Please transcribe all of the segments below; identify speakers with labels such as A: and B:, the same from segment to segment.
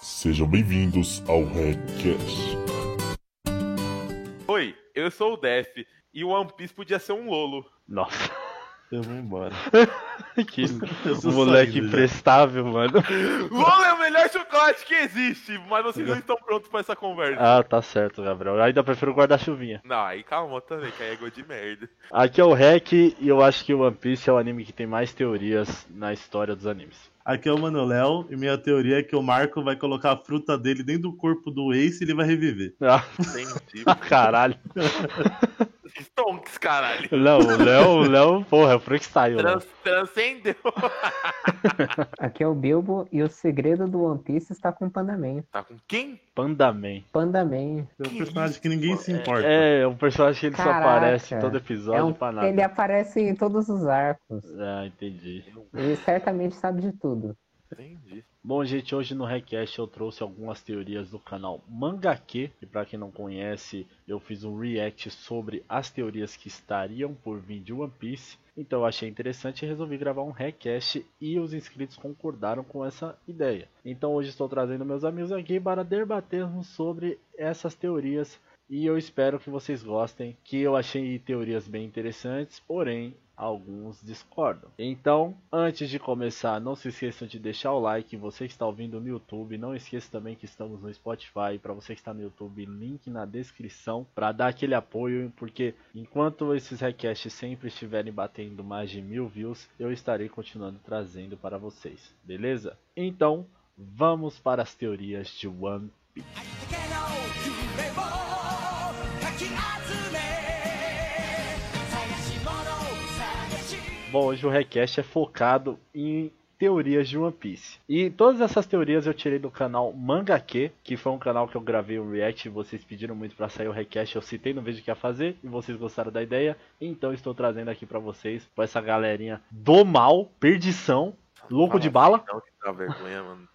A: Sejam bem-vindos ao Redcast.
B: Oi, eu sou o Def e o One Piece podia ser um Lolo.
C: Nossa,
D: Eu vou embora.
C: que
D: Eu sou
C: moleque
D: saído já.
C: imprestável, mano.
B: Lolo é o melhor chocolate que existe, mas vocês não estão prontos pra essa conversa.
C: Ah, tá certo, Gabriel. Eu ainda prefiro guardar chuvinha.
B: Não, aí calma também, que aí é gol de merda.
C: Aqui é o Hack e eu acho que o One Piece é o anime que tem mais teorias na história dos animes.
D: Aqui é o Mano Léo, e minha teoria é que o Marco vai colocar a fruta dele dentro do corpo do Ace e ele vai reviver.
C: Ah,
B: Entendi.
C: caralho.
B: Stonks, caralho.
C: Não, o Léo, o Léo, porra, é o freestyle. Léo.
B: Trans- transcendeu.
E: Aqui é o Bilbo e o segredo do One Piece está com o Pandaman.
B: Tá com quem?
C: Pandaman.
E: Pandaman.
D: É um personagem que ninguém se importa.
C: É, é um personagem que ele só
E: Caraca.
C: aparece em todo
E: É
C: episódio
E: um-
C: pra nada.
E: ele aparece em todos os arcos.
C: Ah, entendi.
E: Ele certamente sabe de tudo.
B: Entendi.
C: Bom, gente, hoje no Request eu trouxe algumas teorias do canal Mangake, e pra quem não conhece, eu fiz um react sobre as teorias que estariam por vir de One Piece. Então eu achei interessante e resolvi gravar um request e os inscritos concordaram com essa ideia. Então hoje estou trazendo meus amigos aqui para debatermos sobre essas teorias e eu espero que vocês gostem, que eu achei teorias bem interessantes, porém alguns discordam. Então, antes de começar, não se esqueçam de deixar o like, você que está ouvindo no YouTube, não esqueça também que estamos no Spotify, para você que está no YouTube, link na descrição para dar aquele apoio, porque enquanto esses requests sempre estiverem batendo mais de mil views, eu estarei continuando trazendo para vocês, beleza? Então, vamos para as teorias de One Piece.
F: ありのけの夢をかき集め探し物を探し
C: Bom, hoje o Request é focado em teorias de One Piece. E todas essas teorias eu tirei do canal Mangake, que foi um canal que eu gravei um react, vocês pediram muito pra sair o Request, eu citei no vídeo que ia fazer e vocês gostaram da ideia, então estou trazendo aqui pra vocês, pra essa galerinha do mal, perdição, louco de bala.
B: assim, Não, que dá vergonha, mano.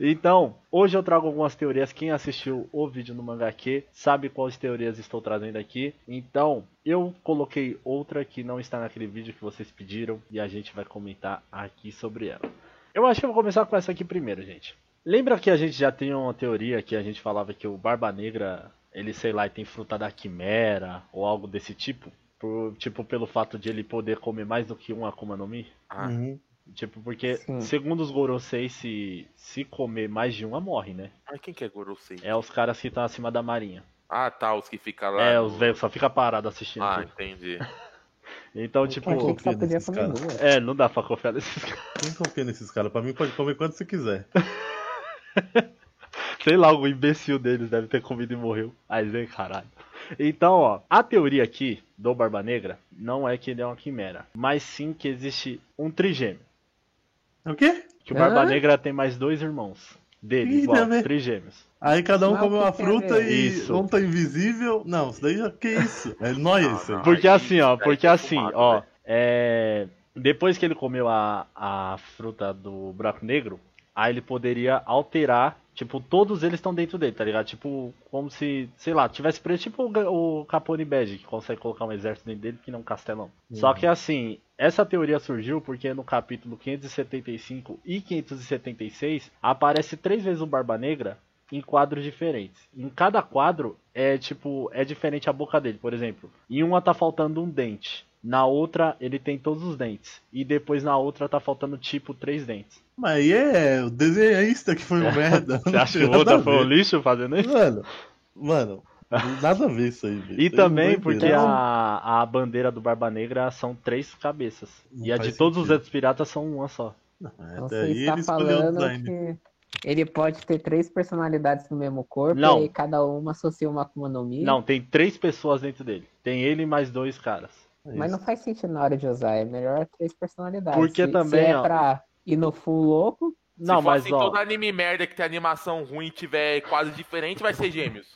C: Então, hoje eu trago algumas teorias. Quem assistiu o vídeo no Mangake sabe quais teorias estou trazendo aqui. Então, eu coloquei outra que não está naquele vídeo que vocês pediram e a gente vai comentar aqui sobre ela. Eu acho que eu vou começar com essa aqui primeiro, gente. Lembra que a gente já tem uma teoria que a gente falava que o Barba Negra, ele sei lá, tem fruta da quimera ou algo desse tipo? Por- tipo, pelo fato de ele poder comer mais do que um Akuma no Mi?
B: Ah,
D: Uhum.
C: Tipo, porque
E: Sim.
C: segundo os Gorosei, se, se comer mais de uma, morre, né?
B: mas quem que é Gorosei?
C: É os caras que estão acima da marinha.
B: Ah, tá, os que ficam lá.
C: é,
B: no-
C: os velhos só fica parado assistindo.
B: Ah,
C: tudo.
B: entendi.
C: Então,
E: Eu achei
C: tipo,
D: Pô,
E: que só podia
D: nesses
E: comer
D: caras.
E: duas.
C: é, não dá pra confiar nesses caras.
D: Quem confia nesses caras? Pra mim pode comer quanto você quiser.
C: Sei lá, o imbecil deles deve ter comido e morreu. Aí vem, caralho. Então, ó, a teoria aqui do Barba Negra não é que ele é uma quimera, mas sim que existe um trigêmeo.
D: É O quê?
C: Que o Barba
E: Hã?
C: Negra tem mais dois irmãos dele,
D: Ih,
C: igual,
D: deve-
C: trigêmeos.
D: Aí cada um
E: Não,
D: come uma
E: porque-
D: fruta e
C: Isso.
D: um tá invisível. Não, isso daí já. Que isso? É nóis
B: Ah,
D: isso.
B: não.
C: Porque
B: Aí,
C: assim, ó,
B: daí
C: porque
B: tá
C: assim,
B: fumado,
C: ó,
B: velho.
C: é, depois que ele comeu a, a fruta do buraco negro, aí ele poderia alterar, tipo, todos eles estão dentro dele, tá ligado? Tipo, como se, sei lá, tivesse preso, tipo o Ga- o Capone Bad, que consegue colocar um exército dentro dele, que não um castelão. Só que assim, essa teoria surgiu porque no capítulo 575 e 576 aparece três vezes o Barba Negra em quadros diferentes. Em cada quadro é tipo é diferente a boca dele, por exemplo. Em uma tá faltando um dente, na outra ele tem todos os dentes e depois na outra tá faltando tipo três dentes.
D: Mas aí é o desenhista que foi um merda.
C: É. Você
D: Não
C: acha que
D: tem
C: o
D: nada a
C: Oda foi um
D: ver.
C: lixo fazendo isso?
D: Mano, mano, nada a ver isso aí, velho.
C: E
D: Isso aí é
C: também
D: doideira.
C: porque a, a bandeira do Barba Negra são três cabeças.
D: Não
C: e a de
D: faz
C: todos os
D: sentido.
C: outros piratas são uma só.
D: Até
E: Você
D: aí
E: está
D: ele escolheu o
E: tá falando
D: design. É
E: que ele pode ter três personalidades no mesmo corpo
C: Não.
E: e cada uma associa uma Akuma no Mi.
C: Não, tem três pessoas dentro dele. Tem ele e mais dois caras.
E: Mas não faz sentido na hora de usar. É melhor três personalidades.
C: Porque
E: se,
C: também,
E: se é
C: ó.
E: pra ir no full louco,
C: Não,
B: Se
C: mas
B: fosse
C: ó.
B: todo anime merda que tem animação ruim e tiver quase diferente, vai ser gêmeos.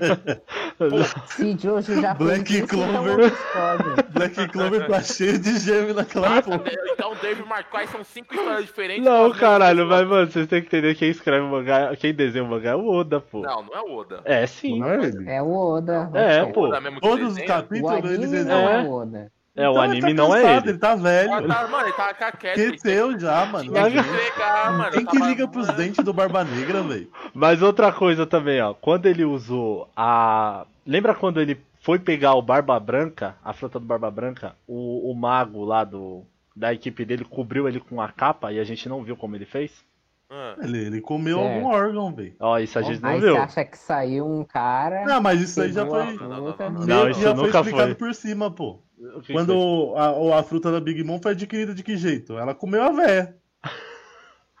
E: se Jojo já fez
D: Black
E: isso, então
D: Clover.
E: outros podem.
D: Black Clover tá cheio de gêmeo naquela porra.
B: Então, Dave Marquardt são cinco histórias diferentes.
C: Não,
B: Mas-
C: caralho, mas mano, vocês têm que entender quem escreve o mangá, quem desenha o mangá é o Oda, pô.
B: Não, não é o Oda.
C: É sim.
D: Não é ele?
E: É o Oda.
C: É,
B: o
C: pô.
B: Oda mesmo que
D: Todos os
B: desenha.
E: O
D: capítulos
E: anime
D: Então, eles
E: não
D: é.
E: é o Oda.
C: É, o
D: Então,
C: anime
D: ele tá
C: não é
D: cansado,
C: ele.
D: Ele tá
B: Ah,
D: velho.
B: tá, mano, ele tá com a quieto. ele tem
D: Cresceu já, mano.
C: Larga-
B: que entregar, mano.
D: Quem
B: tá
D: que
B: pra-
D: liga pros dentes do Barba Negra, velho?
C: Mas outra coisa também, ó. Quando ele usou a. Lembra quando ele foi pegar o Barba Branca, a frota do Barba Branca? O, o mago lá do. Da equipe dele cobriu ele com a capa e a gente não viu como ele fez?
B: Ah,
D: Ele, ele comeu
E: É.
D: algum órgão, velho.
C: Ó, isso a gente não
E: Aí
C: viu.
E: você
D: é.
E: acha que saiu um
C: É.
E: cara.
D: Não, mas isso aí já
E: pegou a
D: foi.
C: tá?
E: fruta.
B: Não,
D: meio que
C: isso
D: já
C: nunca
D: foi explicado
C: foi.
D: por cima, pô.
C: O que que foi?
D: Quando a, a fruta da Big Mom foi adquirida de que jeito? Ela comeu a véia.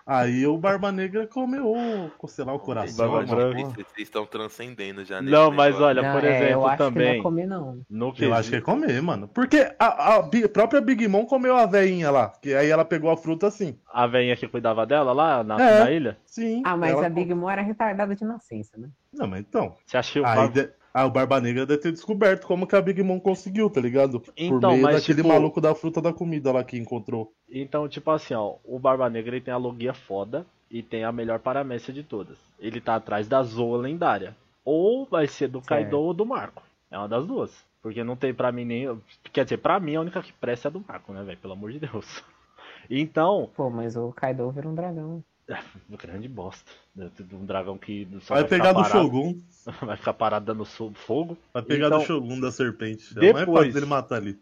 D: Aí o Barba Negra comeu, o- sei lá, o coração.
C: Barba
D: uma
C: Branca.
D: porra.
B: Vocês estão transcendendo já nesse
C: Não, mas
B: negócio.
C: olha,
E: Não,
C: por
E: é, eu
C: exemplo,
E: acho que não
C: também.
E: ia comer, não.
C: No que
D: Eu acho que é comer, mano. Porque a, a Bi- própria Big Mom comeu a veinha lá. Que aí ela pegou a fruta assim.
C: a velhinha que cuidava dela lá na,
D: É.
C: na ilha.
D: Sim.
E: Ah, mas
D: ela
E: a Big Mom era retardada de nascença, né?
D: Não, mas então.
C: Você acha que o
D: Aí
C: Barba-
D: de- ah, o Barba Negra deve ter descoberto como que a Big Mom conseguiu, tá ligado? Por
C: Então,
D: meio
C: mas,
D: daquele
C: tipo-
D: maluco da fruta da comida lá que encontrou.
C: Então, tipo assim, ó, o Barba Negra ele tem a logia foda e tem a melhor paramécia de todas. Ele tá atrás da Zoa lendária. Ou vai ser do Kaido ou do Marco. É uma das duas. Porque não tem pra mim nem. Quer dizer, pra mim a única que presta é a do Marco, né, velho? Pelo amor de Deus. Então,
E: Pô, mas o Kaido virou um dragão.
C: grande bosta. Um dragão que só
D: Vai pegar do
C: parado,
D: Shogun.
C: Vai ficar parado dando so- fogo.
D: Vai pegar
C: Então,
D: do Shogun da serpente. É mais
C: depois-
D: fácil dele matar ali.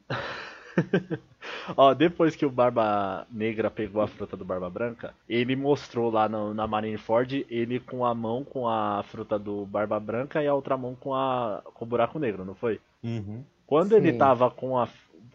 C: Ó, depois que o Barba Negra pegou a fruta do Barba Branca, ele mostrou lá na, na Marineford ele com a mão com a fruta do Barba Branca e a outra mão com, a, com o buraco negro, não foi?
D: Uhum.
C: Quando ele
E: Sim.
C: tava com a,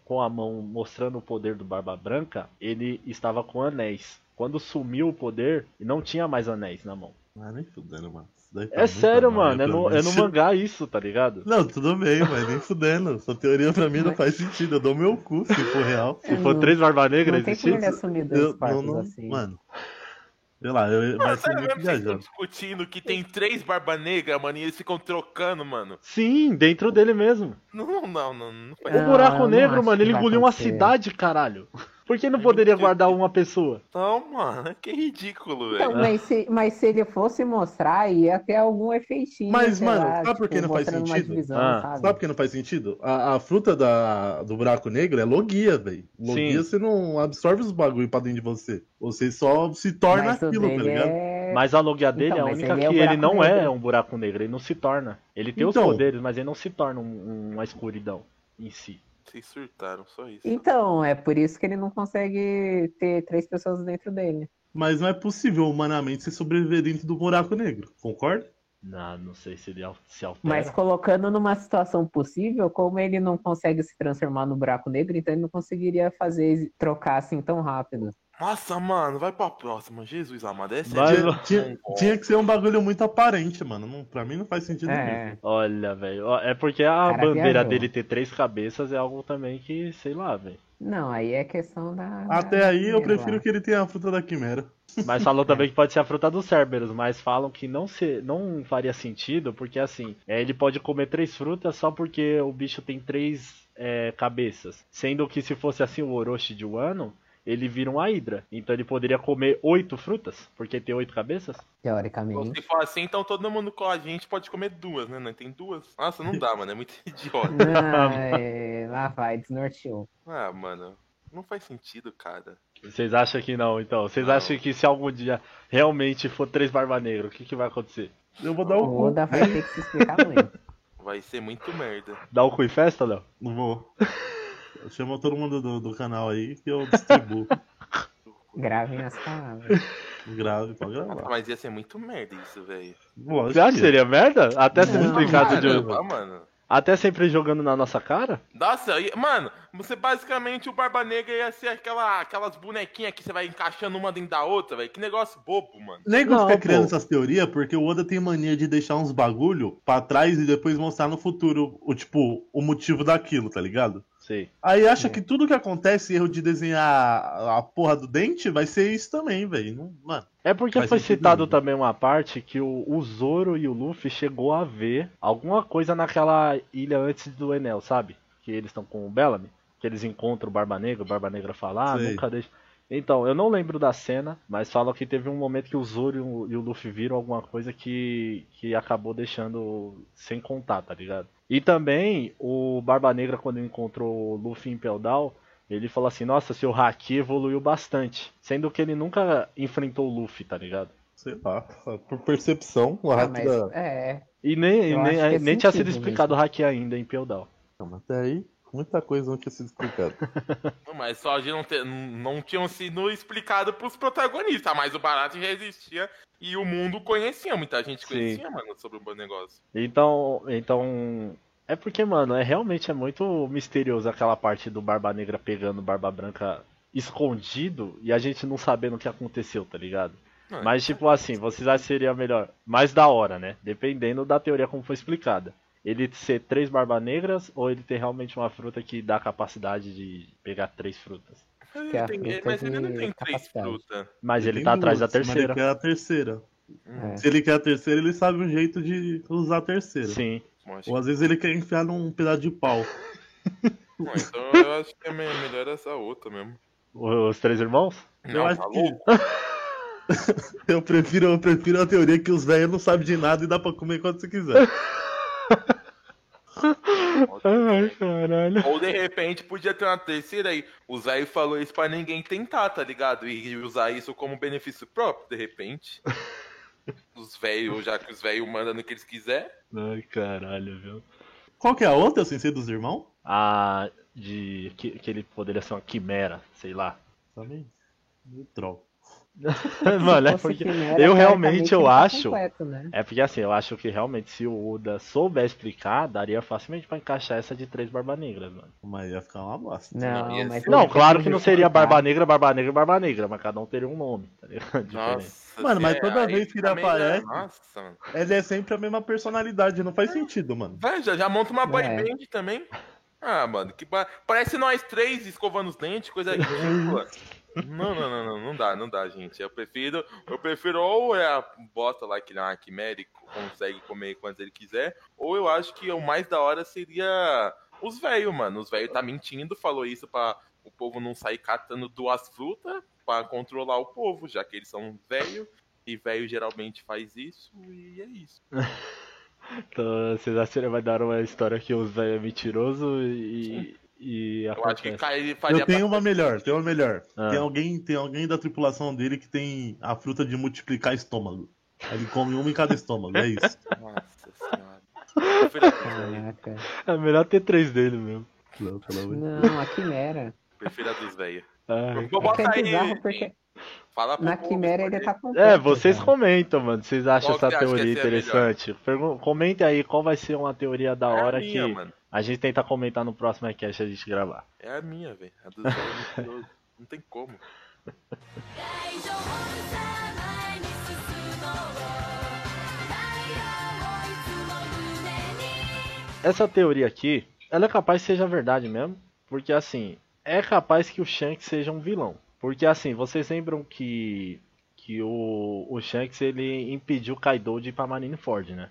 C: com a mão mostrando o poder do Barba Branca, ele estava com anéis. Quando sumiu o poder, não tinha mais anéis na mão.
D: Ah, nem fudendo, mano. Isso daí tá
C: É
D: muito
C: sério,
D: mal,
C: mano, é no, é no
D: realmente.
C: mangá isso, tá ligado?
D: Não, tudo bem, mas nem fudendo. Sua teoria pra mim não faz sentido. Eu dou meu cu se for real.
C: Se
E: Eu
C: for
E: não-
C: três Barba Negra
E: Não tem como
C: existindo.
E: ele assumir dois
D: Eu, eu
E: quartos
D: não.
E: assim.
D: Mano. Sei lá, eu, vai
B: Mano,
C: assim,
D: ser
B: sério
D: muito
B: mesmo, vocês estão
D: viajante.
B: discutindo que tem três barba negra, mano, e eles ficam trocando, mano.
C: Sim, dentro dele mesmo.
B: Não, não, não, não faz
C: O
E: Não,
C: é um buraco
E: eu Ah, não
C: negro,
E: acho
C: mano,
E: que
C: ele
E: vai
C: engoliu uma
E: acontecer.
C: cidade, caralho. Por que não poderia guardar uma pessoa?
B: não, mano. Que ridículo, velho.
E: Então,
C: É.
E: mas se, mas se ele fosse mostrar, ia ter algum efeitinho.
D: Mas,
E: sei
D: mano,
E: lá,
D: sabe por que
E: tipo,
D: não faz
E: mostrando uma
D: sentido?
E: divisão,
C: Ah,
E: sabe?
D: Sabe por que não faz sentido? A, a fruta da, do buraco negro é logia, velho. Logia você não absorve os bagulho pra dentro de você. Você só se torna
E: Mas o
D: aquilo, tá
E: dele
D: ligado?
E: é-
C: Mas a logia dele
E: Então,
C: é a
E: mas
C: única
E: ele é o
C: que ele
E: buraco
C: não é
E: negro.
C: um buraco negro, ele não se torna. Ele tem
D: Então.
C: os poderes, mas ele não se torna um- uma escuridão em si.
B: Vocês surtaram, só isso.
E: Então, é por isso que ele não consegue ter três pessoas dentro dele.
D: Mas não é possível humanamente você sobreviver dentro do buraco negro, concorda?
C: Não, não sei se ele al- se altera.
E: Mas colocando numa situação possível, como ele não consegue se transformar no buraco negro, então ele não conseguiria fazer trocar assim tão rápido.
B: Nossa, mano, vai pra próxima. Jesus amado, essa
C: Vai,
B: é
D: Tinha, tinha-
B: bom.
D: tinha que ser um bagulho muito aparente, mano. Não, pra mim não faz sentido
E: É.
C: né?
D: mesmo.
C: Olha, velho. ó, É porque a
E: Cara,
C: bandeira
E: viajou.
C: dele ter três cabeças é algo também que, sei lá, velho.
E: Não, aí é questão da.
D: Até
E: da-
D: aí eu
E: sei
D: prefiro
E: lá.
D: que ele tenha a fruta da quimera.
C: Mas falam também que pode ser a fruta dos Cerberus, mas falam que não se, não faria sentido, porque assim, é, ele pode comer três frutas só porque o bicho tem três é, cabeças. Sendo que se fosse assim o Orochi de Wano, ele vira uma hidra. Então ele poderia comer oito frutas, porque tem oito cabeças.
E: Teoricamente.
B: Se for assim, então todo mundo com a gente pode comer duas, né? né? Tem duas? Nossa, não dá, mano. É muito idiota.
E: Não, é... Lá vai, desnorteou.
B: Ah, mano. Não faz sentido, cara.
C: Vocês acham que não, então? Vocês
B: Não.
C: acham que se algum dia realmente for três barba negra, o que, que vai acontecer?
D: Eu vou dar o
E: O
D: cu.
E: Oda vai ter que se explicar muito.
B: Vai ser muito merda.
C: Dá o cu em festa, Léo?
D: Não vou. Chama todo mundo do, do canal aí que eu distribuo.
E: Gravem as palavras.
D: Grave, pode
B: Nossa,
D: gravar.
B: mas ia ser muito merda isso, velho.
D: Lógico
C: Você acha que
D: que é.
C: seria merda? Até sendo
E: Não,
C: explicado de. um-
D: cara.
B: Ah, mano.
C: Até sempre jogando na nossa cara?
B: Nossa, e- mano, você basicamente o Barba Negra ia ser aquela, aquelas bonequinhas que você vai encaixando uma dentro da outra, velho. Que negócio bobo, mano.
D: Nego
C: Não,
D: fica criando
C: pô.
D: essas teorias porque o Oda tem mania de deixar uns bagulho pra trás e depois mostrar no futuro o tipo o motivo daquilo, tá ligado?
C: Sei.
D: Aí acha
C: Hum.
E: É.
D: que tudo que acontece, erro de desenhar a a porra do dente, vai ser isso também, velho. Não- Mano,
C: É porque
D: Faz
C: foi
D: sentido
C: citado
D: nenhum.
C: também uma parte que o, o Zoro e o Luffy chegou a ver alguma coisa naquela ilha antes do Enel, sabe? Que eles estão com o Bellamy, que eles encontram o Barba Negra, o Barba Negra fala, ah,
D: Sei.
C: nunca deixa... Então, eu não lembro da cena, mas falam que teve um momento que o Zoro e o, e o Luffy viram alguma coisa que, que acabou deixando sem contar, tá ligado? E também o Barba Negra, quando encontrou o Luffy em Peldal, ele falou assim: Nossa, seu Haki evoluiu bastante. Sendo que ele nunca enfrentou o Luffy, tá ligado?
D: Sei lá, por percepção, o
E: Ah,
D: rato
E: mas,
D: da.
E: é,
C: E nem,
E: Eu
C: nem,
E: acho que é
C: nem tinha sido
E: sentido
C: explicado o Haki ainda em Peldal.
D: Calma, Até aí, muita coisa não tinha sido explicada.
B: Não, Mas só de não, ter, não não tinham sido explicado pros protagonistas, mas o barato já existia e o mundo conhecia, muita gente
C: Sim.
B: conhecia, mano, sobre o bom negócio.
C: Então, então é porque, mano, é realmente é muito misterioso aquela parte do Barba Negra pegando Barba Branca escondido e a gente não sabendo o que aconteceu, tá ligado?
B: Não,
C: Mas tipo assim, vocês acham que seria melhor, mais da hora, né? Dependendo da teoria como foi explicada. Ele ser três barba negras ou ele ter realmente uma fruta que dá a capacidade de pegar três frutas.
B: Mas ele,
E: que a
B: tem-
E: fruta
B: mas ele não
E: tem
B: tem três
E: capacidade.
B: frutas.
C: Mas ele
D: tem
C: tá atrás da
D: duas, Mas ele
C: terceira.
D: quer a terceira.
E: é.
D: Se ele quer a terceira, ele sabe um jeito de usar é a terceira.
C: Sim.
B: Bom, acho
D: Ou às vezes ele quer enfiar num pedaço de pau.
B: que não, então eu acho que é me- melhor essa outra mesmo.
C: Os três irmãos?
B: Não,
D: eu acho
B: tá louco?
D: que. eu, prefiro, eu prefiro a teoria que os velhos não sabem de nada e dá pra comer quando você quiser.
C: Ai, caralho.
B: Ou de repente podia ter uma terceira aí. O Zé falou isso pra ninguém tentar, tá ligado? E usar isso como benefício próprio, de repente. Os velhos, já que os velhos mandam no que eles quiserem.
C: Ai, caralho, viu?
D: Qual que é a outra, sem ser dos irmãos?
C: A de que, que ele poderia ser uma quimera, sei lá.
D: Também. Meio troll.
C: Mano, é
E: Fosse
C: porque
E: primeira,
C: eu
E: teoricamente,
C: realmente eu
E: ele tá
C: acho
E: completo, né?
C: É porque assim, eu acho que realmente se o Oda souber explicar, daria facilmente pra encaixar essa de três barba negras, mano.
D: Mas ia ficar uma bosta.
C: Né?
B: Não,
E: Não, mas
B: esse-
C: Não,
E: ele
C: claro
E: tem
C: que não seria
E: explicar.
C: barba negra, barba negra, barba negra, mas cada um teria um nome, tá ligado? Diferente.
B: Nossa,
D: Mano, mas
B: é,
D: toda
B: aí
D: vez que ele
B: fica melhor.
D: aparece-
B: Nossa, mano.
D: Ele é sempre a mesma personalidade, não faz sentido, mano.
B: Vai, já, já monta uma boy
E: É.
B: band também. Ah, mano, que ba... parece nós três escovando os dentes, coisa ridícula. Não, não, não, não, não dá, não dá, gente. Eu prefiro, eu prefiro ou é a bota lá que ele é uma quimera e consegue comer quando ele quiser, ou eu acho que o mais da hora seria os velhos, mano. Os velhos tá mentindo, falou isso pra o povo não sair catando duas frutas pra controlar o povo, já que eles são velho e velho geralmente faz isso e é isso.
C: Então, vocês acham que ele vai dar uma história que o Zé é mentiroso e. e
B: Eu acho que
C: acontece?
B: Kai faria
D: Eu tenho uma melhor, tenho uma melhor.
C: Ah.
D: Tem, alguém, tem alguém da tripulação dele que tem a fruta de multiplicar estômago. Aí Ele come uma em cada estômago, é isso.
B: Nossa senhora. Eu prefiro a dos velhos.
E: Caraca.
C: É melhor ter três dele mesmo.
D: Não, pelo amor de-
E: Não, a quimera.
B: Prefiro a dos velhos.
C: Ai,
B: Vou
E: É que
B: botar
E: é
B: aí.
E: bizarro porque
B: Fala pro
E: na
B: povo
E: quimera ele
B: escolher.
E: tá completo.
C: É, vocês
E: cara.
C: comentam, mano. Vocês acham
B: Qual que você
C: essa
B: acha que
C: teoria
B: essa é a
C: interessante? Pergun- Comentem aí qual vai ser uma teoria da
B: É a
C: hora
B: minha,
C: que
B: mano.
C: a gente tenta comentar no próximo podcast a gente gravar.
B: É a minha, velho. A dos velhos é mentiroso. Não tem como.
F: 大丈夫さ前に進もう太陽をいつも胸に
C: Essa teoria aqui, ela é capaz que seja verdade mesmo, porque assim, é capaz que o Shanks seja um vilão. Porque assim, vocês lembram que que o, o Shanks ele impediu o Kaido de ir pra Marineford, né?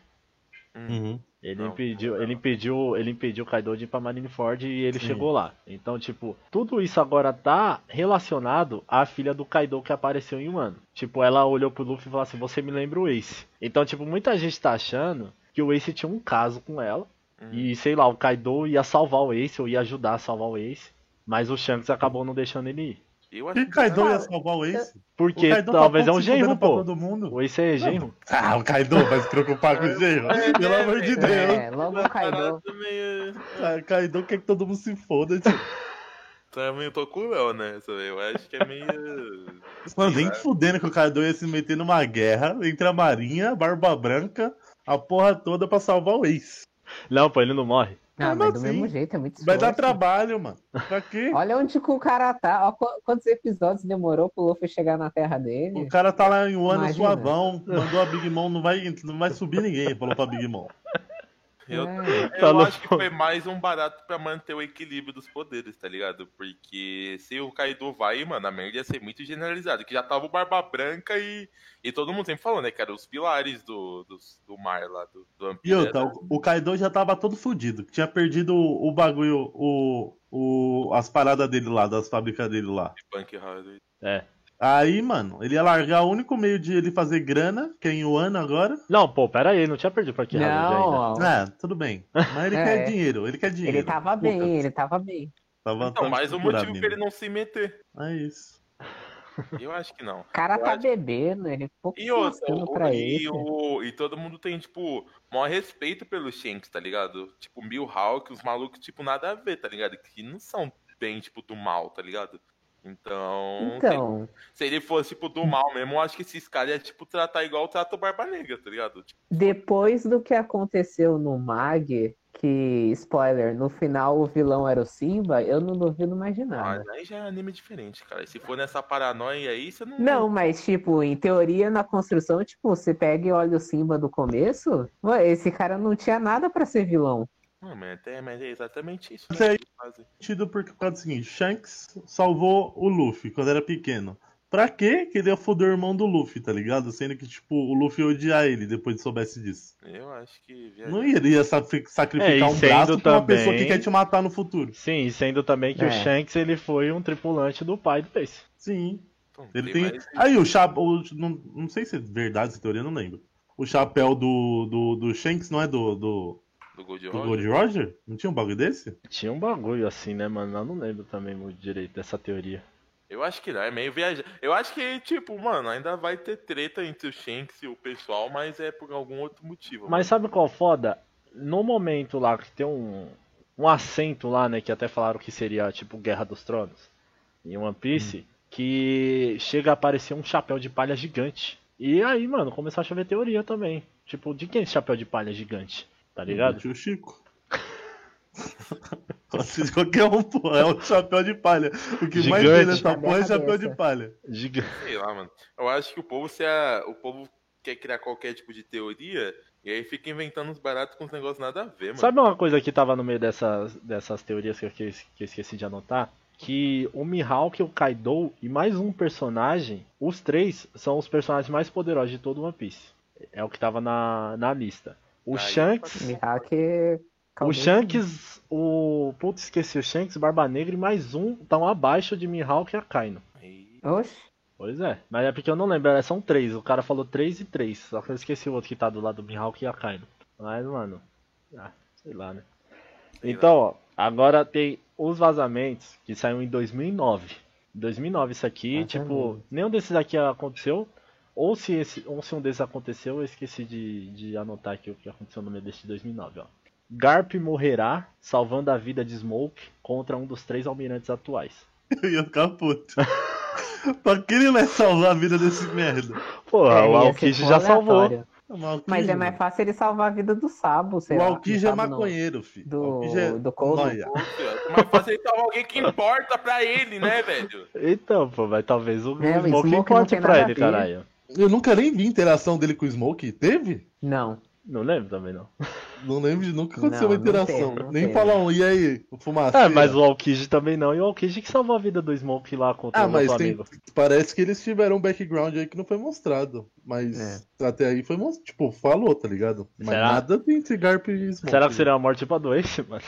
D: Uhum.
C: Ele
B: Não,
C: impediu,
B: não.
C: ele impediu, ele impediu o Kaido de ir pra Marineford e ele chegou lá. Então, tipo, tudo isso agora tá relacionado à filha do Kaido que apareceu em um ano. Tipo, ela olhou pro Luffy e falou assim: "Você me lembra o Ace". Então, tipo, muita gente tá achando que o Ace tinha um caso com ela
D: Uhum.
B: Hum.
C: e sei lá, o Kaido ia salvar o Ace ou ia ajudar a salvar o Ace, mas o Shanks acabou não deixando ele ir.
B: Eu acho
D: E
B: que tá
D: Kaido
B: não.
D: ia salvar o Ace?
C: Porque
D: o Kaido tá
C: talvez é um
D: pouco se
C: genro,
D: fudendo pra
C: pô.
D: Todo mundo.
C: O Ace é genro.
D: Ah, o Kaido vai se preocupar com o genro? Pelo amor de Deus.
E: É, logo o Kaido.
B: Parada meio-
D: Ah, Kaido quer que todo mundo se foda, tio.
B: Também tô com o Léo nessa, velho. Eu acho que é meio.
D: Mano,
B: Sei
D: nem
B: lá.
D: fudendo que o Kaido ia se meter numa guerra entre a Marinha, a Barba Branca, a porra toda pra salvar o Ace.
C: Não, pô, ele não morre.
E: Ah,
D: Como
E: mas do
D: assim?
E: mesmo jeito, é muito
D: Vai
E: esforço.
D: dar trabalho, mano. Pra quê?
E: Olha onde que o cara tá. Olha qu- quantos episódios demorou pro Luffy chegar na terra dele.
D: O cara tá lá em um ano
E: Imagina.
D: suavão, mandou a Big Mom, não vai, não vai subir ninguém, falou pra Big Mom.
B: Eu,
E: É.
B: eu
C: Falou.
B: acho que foi mais um barato pra manter o equilíbrio dos poderes, tá ligado? Porque se o Kaido vai, mano, a merda ia ser muito generalizada. Que já tava o Barba Branca e, e todo mundo sempre falando, né? Que eram os pilares do, do, do mar lá, do, do One
D: E
B: Piece, né?
D: outra, o- o Kaido já tava todo fudido, tinha perdido o, o bagulho, o, o, as paradas dele lá, das fábricas dele lá.
B: De Punk Hazard.
C: É.
D: Aí, mano, ele ia largar o único meio de ele fazer grana, que é em Wano agora.
C: Não, pô, pera aí, não tinha perdido pra que
E: não,
C: ainda.
E: ó,
D: Ah, tudo bem. Mas ele
E: É.
D: quer dinheiro, ele quer dinheiro. Tá
E: ele
C: tá-
E: tava bem, ele tava bem.
D: Tava,
B: Então,
D: tava
B: mais um
D: procurando,
B: motivo
D: amigo.
B: pra ele não se meter.
D: É isso.
B: Eu acho que não.
E: O cara
B: Eu
E: tá
B: acho-
E: bebendo, ele ficou
B: E outra,
E: passando
B: o-
E: pra
B: e,
E: ele.
B: o- e todo mundo tem, tipo, maior respeito pelo Shanks, tá ligado? Tipo, Milhawk, os malucos, tipo, nada a ver, tá ligado? Que não são bem, tipo, do mal, tá ligado? Então,
E: Então,
B: se, se ele fosse, tipo, do mal mesmo, eu acho que esses caras iam, tipo, tratar igual trata o Barba Negra, tá ligado? Tipo,
E: depois do que aconteceu no Mag, que, spoiler, no final o vilão era o Simba, eu não duvido mais de nada.
B: mas aí já é anime diferente, cara. Se for nessa paranoia aí, você não...
E: Não, mas, tipo, em teoria, na construção, tipo, você pega e olha o Simba do começo, ué, esse cara não tinha nada pra ser vilão.
B: Não, mas é, mas é exatamente isso.
D: Mas
B: né,
D: aí-
B: que fazem.
D: Tido por causa do seguinte: Shanks salvou o Luffy quando era pequeno. Pra quê que ele ia foder o irmão do Luffy, tá ligado? Sendo que, tipo, o Luffy ia odiar ele depois de soubesse disso.
B: Eu acho que...
D: Não iria sacri-
C: É, e
D: sacrificar um
C: sendo
D: braço pra uma
C: também-
D: pessoa que quer te matar no futuro.
C: Sim, e sendo também que o
E: É.
C: Shanks ele foi um tripulante do pai do Pace.
D: Sim.
B: Então,
D: Ele
B: tem
D: tem.
B: mais-
D: Aí o chapéu. Não, não sei se é verdade essa teoria, não lembro. O chapéu do, do, do Shanks não é do, do,
B: Do Gold
D: do
B: Roger.
D: Gold Roger? Não tinha um bagulho desse?
C: Tinha um bagulho assim, né, mano? Eu não lembro também muito direito dessa teoria.
B: Eu acho que não, é meio viajar. Eu acho que, tipo, mano, ainda vai ter treta entre o Shanks e o pessoal, mas é por algum outro motivo.
C: Mas
B: mano.
C: sabe qual é foda? No momento lá que tem um, um acento lá, né? Que até falaram que seria tipo Guerra dos Tronos em One Piece, que chega a aparecer um chapéu de palha gigante. E aí, mano, começou a chover teoria também. Tipo, de quem é esse chapéu de palha gigante? Tá ligado?
D: Tio Chico. Qualquer um, pô. É o chapéu de palha. O que mais
C: Gigante.
D: tem nessa porra é
E: Cabeça.
D: chapéu de palha.
C: Giga-
B: Sei lá, mano. Eu acho que o povo, se a... o povo quer criar qualquer tipo de teoria, e aí fica inventando uns baratos com uns negócios nada a ver, mano.
C: Sabe uma coisa que tava no meio dessas, dessas teorias que eu, que, eu es- que eu esqueci de anotar? Que o Mihawk, o Kaido e mais um personagem, os três são os personagens mais poderosos de todo One Piece. É o que tava na, na lista. O
B: Aí,
C: Shanks,
E: Mihawk.
C: o
E: Calma.
C: Shanks, o... Putz, esqueci o Shanks, Barba Negra e mais um estão abaixo de Mihawk e Akainu.
B: Aí-
E: Oxe.
C: Pois é, mas é porque eu não lembro, é, são três, o cara falou três e três, só que eu esqueci o outro que tá do lado do Mihawk e Akainu. Mas, mano, ah, sei lá, né?
B: Sei
C: Então, ó, agora tem os vazamentos que saíram em 2009. 2009 isso aqui, tipo,
E: Vazamento.
C: nenhum desses aqui aconteceu, ou se, esse, ou se um desses aconteceu, eu esqueci de, de anotar aqui o que aconteceu no meio deste 2009, ó. Garp morrerá salvando a vida de Smoke contra um dos três almirantes atuais.
D: Eu ia ficar puto. pra que ele vai salvar a vida desse merda?
C: Porra,
E: É,
C: o
E: ia
C: Aokiji
E: ser
C: já salvou.
E: aleatório.
D: É um alquim,
E: Mas é
D: mano.
E: mais fácil ele salvar a vida do Sabo, sei
D: O
E: lá.
D: Alquim
E: do
D: já é
E: Sabo não.
D: maconheiro, filho.
E: Do-
D: O Alquim já é-
E: do Conan.
D: Noia.
B: Pô, filho, Mas fazer salvar alguém que importa pra ele, né, velho?
C: Então, pô, mas talvez o
E: É, o
C: Smoke
E: Smoke não
C: importe
E: tem
C: pra
E: nada a
C: ele,
E: ver.
C: caralho.
D: Eu nunca nem vi interação dele com o Smoke. Teve?
E: Não.
C: Não lembro também, não.
D: Não lembro de nunca aconteceu uma
E: Não, não
D: interação.
E: teve, não
D: nem
E: teve.
D: falar um, e aí, o fumaça.
C: É, mas o Aokiji também não. E o Aokiji que salvou a vida do Smoke lá contra
D: Ah,
C: o nosso
D: mas tem-
C: amigo.
D: Parece que eles tiveram um background aí que não foi mostrado. Mas
E: É.
D: até aí foi mostrado. Tipo, falou, tá ligado? Mas
C: Será?
D: nada de entre Garp e Smoke.
C: Será que seria uma morte pra doença, mano?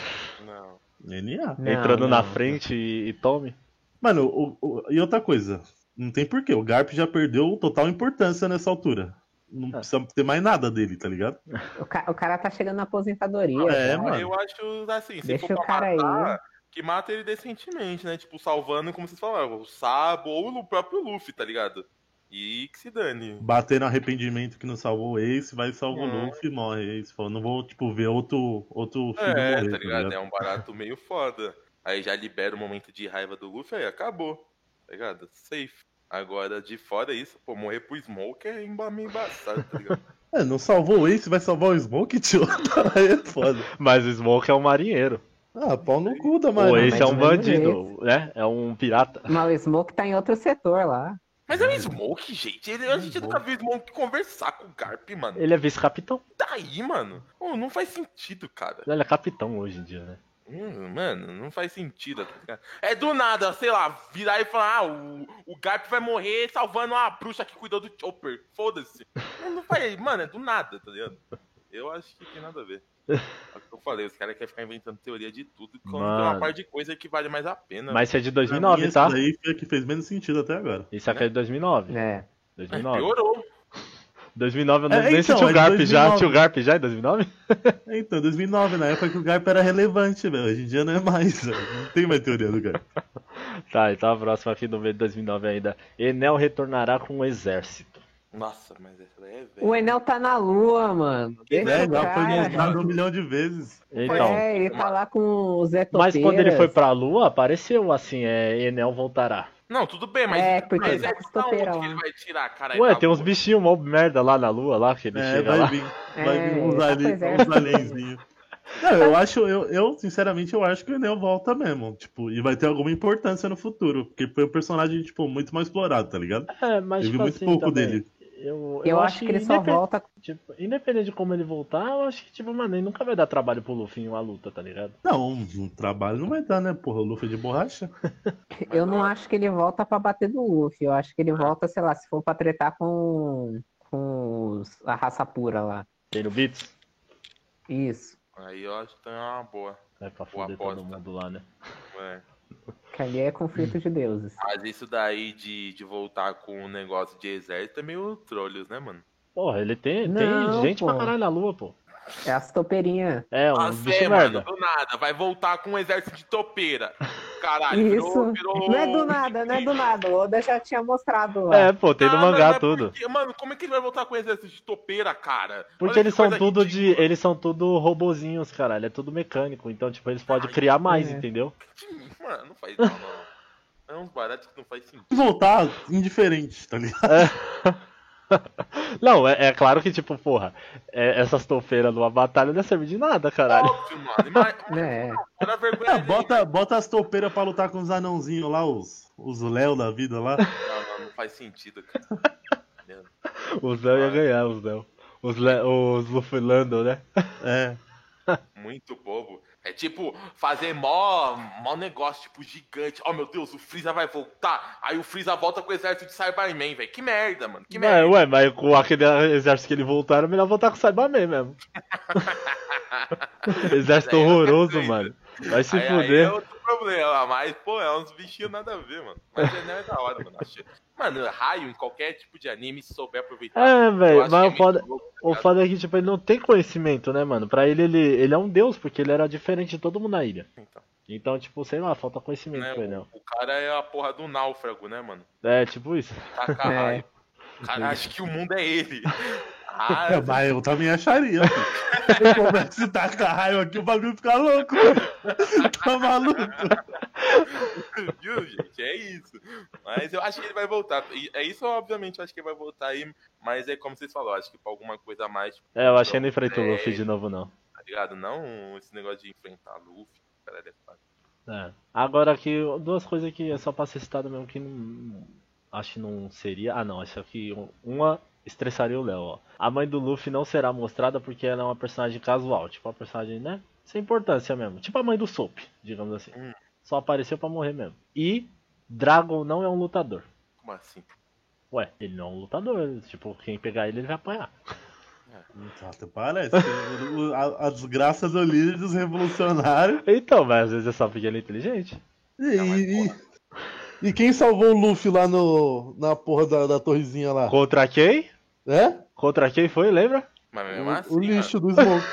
B: Não.
D: NA.
E: não,
C: Entrando na
E: não.
C: frente e, e tome.
D: Mano, o- o- e outra coisa. Não tem porquê. O Garp já perdeu total importância nessa altura. Não
E: É.
C: Ah.
D: precisa ter mais nada dele, tá ligado?
E: O, ca- o cara tá chegando na aposentadoria. né?
D: É,
E: cara.
D: mano.
B: Eu acho assim, se
E: Deixa
B: for
E: o
B: pra
E: cara aí. né?
B: matar, que mata ele decentemente, né? Tipo, salvando, como vocês falaram, o Sabo ou o próprio Luffy, tá ligado? E que se dane.
D: Bater no arrependimento que não salvou o Ace, vai e salva
B: É.
D: o Luffy e morre. Ace falou, não vou, tipo, ver outro, outro filho
B: É,
D: morrer,
B: tá ligado? É um barato meio foda. Aí já libera o momento de raiva do Luffy, aí acabou. Tá ligado? Safe. Agora, de fora isso, pô, morrer pro Smoke é emba- meio embaçado, tá ligado?
D: É, não salvou o Ace, vai salvar o Smoke, tio? Aí é foda.
C: Mas o Smoke é um marinheiro.
D: Ah, pau no cu da
C: Ou
D: Marina.
E: mas
C: esse é um
E: do mesmo
C: bandido,
E: jeito.
C: né? É um pirata.
E: Mas o Smoke tá em outro setor lá.
B: Mas é o Smoke, gente. Ele- a gente nunca viu o É um Smoke conversar com o Garp, mano.
C: Ele é vice-capitão.
B: Daí, tá mano. Pô, não faz sentido, cara.
C: Ele é capitão hoje em dia, né?
B: Hum, Mano, não faz sentido. tá ligado? É do nada, sei lá, virar e falar, ah, o, o Garp vai morrer salvando a bruxa que cuidou do Chopper. Foda-se. Não, não faz, mano, é do nada, tá ligado? Eu acho que tem nada a ver. É o que eu falei, os caras querem ficar inventando teoria de tudo, quando tem uma
C: Mano.
B: parte de coisa que vale mais a pena.
C: Mas isso é de
D: Pra
C: 2009,
D: mim,
C: tá?
D: Isso aí foi a que fez menos sentido até agora.
C: Isso aqui é de 2009.
D: né?
E: É.
B: É,
C: 2009.
B: piorou.
C: 2009 eu não,
D: É,
C: nem
D: então,
C: sei se
D: é
C: o
D: de
C: Garp já.
D: 2009.
C: Tinha o Garp já em 2009?
D: Então, 2009, na época que o Garp era relevante, velho. Hoje em dia não é mais, velho. Não tem mais teoria do Garp.
C: Tá, então a próxima aqui do meio de 2009 ainda. Enel retornará com o exército.
B: Nossa, mas essa daí é velha.
E: O Enel tá na lua, mano. Deixa
D: É,
E: o
D: já foi
E: cara.
D: mostrado um milhão de vezes.
C: Então,
E: É, ele tá lá com o Zé Topeiras.
C: mas quando ele foi pra lua, apareceu assim, é, Enel voltará.
B: Não, tudo bem, mas.
E: É, porque
B: mas
E: tá
B: é
E: com
B: da onde
E: topeira
B: que
E: lá.
B: ele vai tirar, cara? É
C: Ué,
B: da
C: tem uns
B: lua?
C: bichinhos mó merda lá na lua, lá que ele
D: É,
C: chega
D: vai
C: lá.
D: vir. Vai
E: É,
D: vir uns,
E: tá
D: ali,
E: pois é.
D: uns alienzinhos. Não, eu acho, eu, eu, sinceramente, eu acho que o Enel volta mesmo. Tipo, e vai ter alguma importância no futuro. Porque foi um personagem, tipo, muito mais explorado, tá ligado?
C: É, mas
D: Eu vi
C: tipo
D: muito
C: assim,
D: pouco
C: também,
D: dele.
C: Eu, eu,
E: Eu acho que ele só
C: independ-
E: volta.
C: tipo, independente de como ele voltar, eu acho que, tipo, mano, ele nunca vai dar trabalho pro Luffy em uma luta, tá ligado?
D: Não, o trabalho não vai dar, né? Porra, o Luffy é de borracha.
E: Eu não acho que ele volta pra bater no Luffy. Eu acho que ele volta, sei lá, se for pra tretar com, com os- a raça pura lá.
C: Tem no Beats?
E: Isso.
B: Aí eu acho que tem uma boa.
C: É pra foder todo
B: aposta.
C: mundo lá, né?
B: É.
E: Que ali é conflito de deuses.
B: Mas isso daí de, de voltar com um negócio de exército é meio trolhos, né, mano?
C: Porra, ele tem,
E: Não,
C: tem gente pra
E: pô.
C: caralho na lua, pô.
E: É as topeirinhas.
C: É, um
B: Nossa,
C: bicho
B: é, mano,
C: merda.
B: do nada. Vai voltar com um exército de topeira. Caralho,
E: Isso.
B: virou, virou.
E: Não é do nada, não é do nada. O Oda já tinha mostrado lá.
C: É, pô, tem no
B: Ah,
C: mangá
B: mas é
C: tudo.
B: porque- mano, como é que ele vai voltar com um exército de topeira, cara? Olha
C: Porque
B: que
C: eles são
B: coisa
C: tudo
B: ridícula.
C: de. Eles são tudo robozinhos, caralho. É tudo mecânico. Então, tipo, eles podem criar mais,
E: é.
C: entendeu?
B: Mano, não faz isso, não. É uns baratos que não faz sentido.
D: Voltar indiferente, tá ligado?
C: Não, é, é claro que, tipo, porra, é- essas tofeiras numa batalha não serve de nada, caralho.
B: Óbvio, mano. Mas,
E: É.
B: era vergonha.
D: É,
B: alheia.
D: bota, bota as toupeiras pra lutar com os anãozinhos lá, os, os Léo da vida lá.
B: Não, é, não, não faz sentido, cara.
C: Os Léo ia ganhar, os Léo. Os, Le... os Lufilando, né?
D: É.
B: Muito bobo. É tipo, fazer mó, mó negócio, tipo, gigante. Oh, meu Deus, o Freeza vai voltar. Aí o Freeza volta com o exército de Cyberman, velho. Que merda, mano. Que
C: Mas,
B: merda.
C: ué, mas com aquele exército que ele voltou, era melhor voltar com o Cyberman mesmo. exército
B: Daí não
C: horroroso,
B: tem
C: mano. Vai se
B: aí, aí é
C: fuder.
B: outro problema, mas, pô, é uns bichinhos nada a ver, mano. Mas é não é da hora, mano. Acho- Mano, raio em qualquer tipo de anime, se souber aproveitar.
C: É, velho,
B: eu acho
C: mas
B: que
C: o foda-
B: muito louco, tá
C: O
B: ligado?
C: foda é que, tipo, ele não tem conhecimento, né, mano? Pra ele, ele, ele é um deus, porque ele era diferente de todo mundo na ilha.
B: Então.
C: Então, tipo, sei lá, falta conhecimento
B: Né,
C: pro Enel.
B: O cara é a porra do náufrago, né, mano?
C: É, tipo isso.
B: Taca
E: É.
B: raio. Cara, acho que o mundo é ele.
D: É,
B: Ah,
D: mas eu também acharia. filho. Como é que se taca raio aqui, o bagulho fica louco. tá maluco?
B: Viu, gente? É isso. Mas eu acho que ele vai voltar. E é isso, obviamente, eu acho que ele vai voltar aí. Mas é como vocês falaram, acho que pra alguma coisa a mais, tipo,
C: É, eu achei que não enfrenta o
B: É.
C: Luffy de novo, não.
B: tá ligado? Não esse negócio de enfrentar Luffy. Cara, é foda.
C: É. Agora aqui, duas coisas que é só pra ser citado mesmo que não. Acho que não seria. Ah, não, acho que uma estressaria o Léo, ó. A mãe do Luffy não será mostrada porque ela é uma personagem casual. Tipo, uma personagem, né? Sem importância mesmo. Tipo a mãe do Soap, digamos assim.
B: Hum.
C: Só apareceu pra morrer mesmo. E Dragon não é um lutador.
B: Como assim?
C: Ué, ele não é um lutador. Tipo, quem pegar ele, ele vai apanhar.
D: Até Tá, parece. O- A, a desgraça do líder dos revolucionários.
C: Então, mas às vezes é só porque ele é inteligente.
D: E, e- e quem salvou o Luffy lá no, na porra da, da torrezinha lá?
C: Contra quem?
D: É?
C: Contra quem foi, lembra?
B: Mas mesmo assim,
D: O, o lixo do Smoke.
B: mano,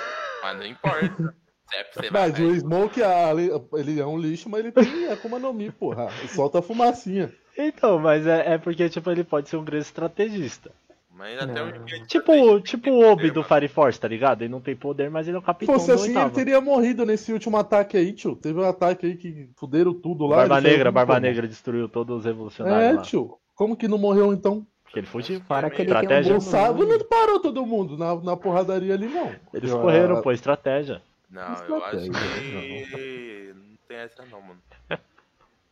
B: mas não importa. Se é pra você vai.
D: Mas o Smoke, a- ele é um lixo, mas ele tem Akuma no Mi, porra. E solta a fumacinha.
C: Então, mas é, é porque, tipo, ele pode ser um grande estrategista.
B: Mas até
E: Não.
B: um dia de
C: Tipo,
B: estratégia,
C: tipo
B: tem
C: o Obi
B: poder,
C: do
B: mano.
C: Fire Force, tá ligado? Ele não tem poder, mas ele é o
D: Se
C: capitão
D: fosse
C: do
D: assim, ele
C: oitavo.
D: teria morrido nesse último ataque aí, tio. Teve um ataque aí que fuderam tudo lá.
C: Barba
D: ele saiu
C: Negra,
D: tudo
C: Barba
D: como?
C: Negra destruiu todos os
D: É,
C: revolucionários lá.
D: tio. Como que não morreu então?
C: Porque ele fugiu.
E: Fora que ele
C: Estratégia.
E: tem um
D: O
E: bom
D: sábado
E: nome.
D: não parou todo mundo na, na porradaria ali, não.
C: Eles
D: Eu- ah,
C: correram, pô, estratégia.
B: Não, eu acho
D: Estratégia,
B: que. Não tem essa, não, mano.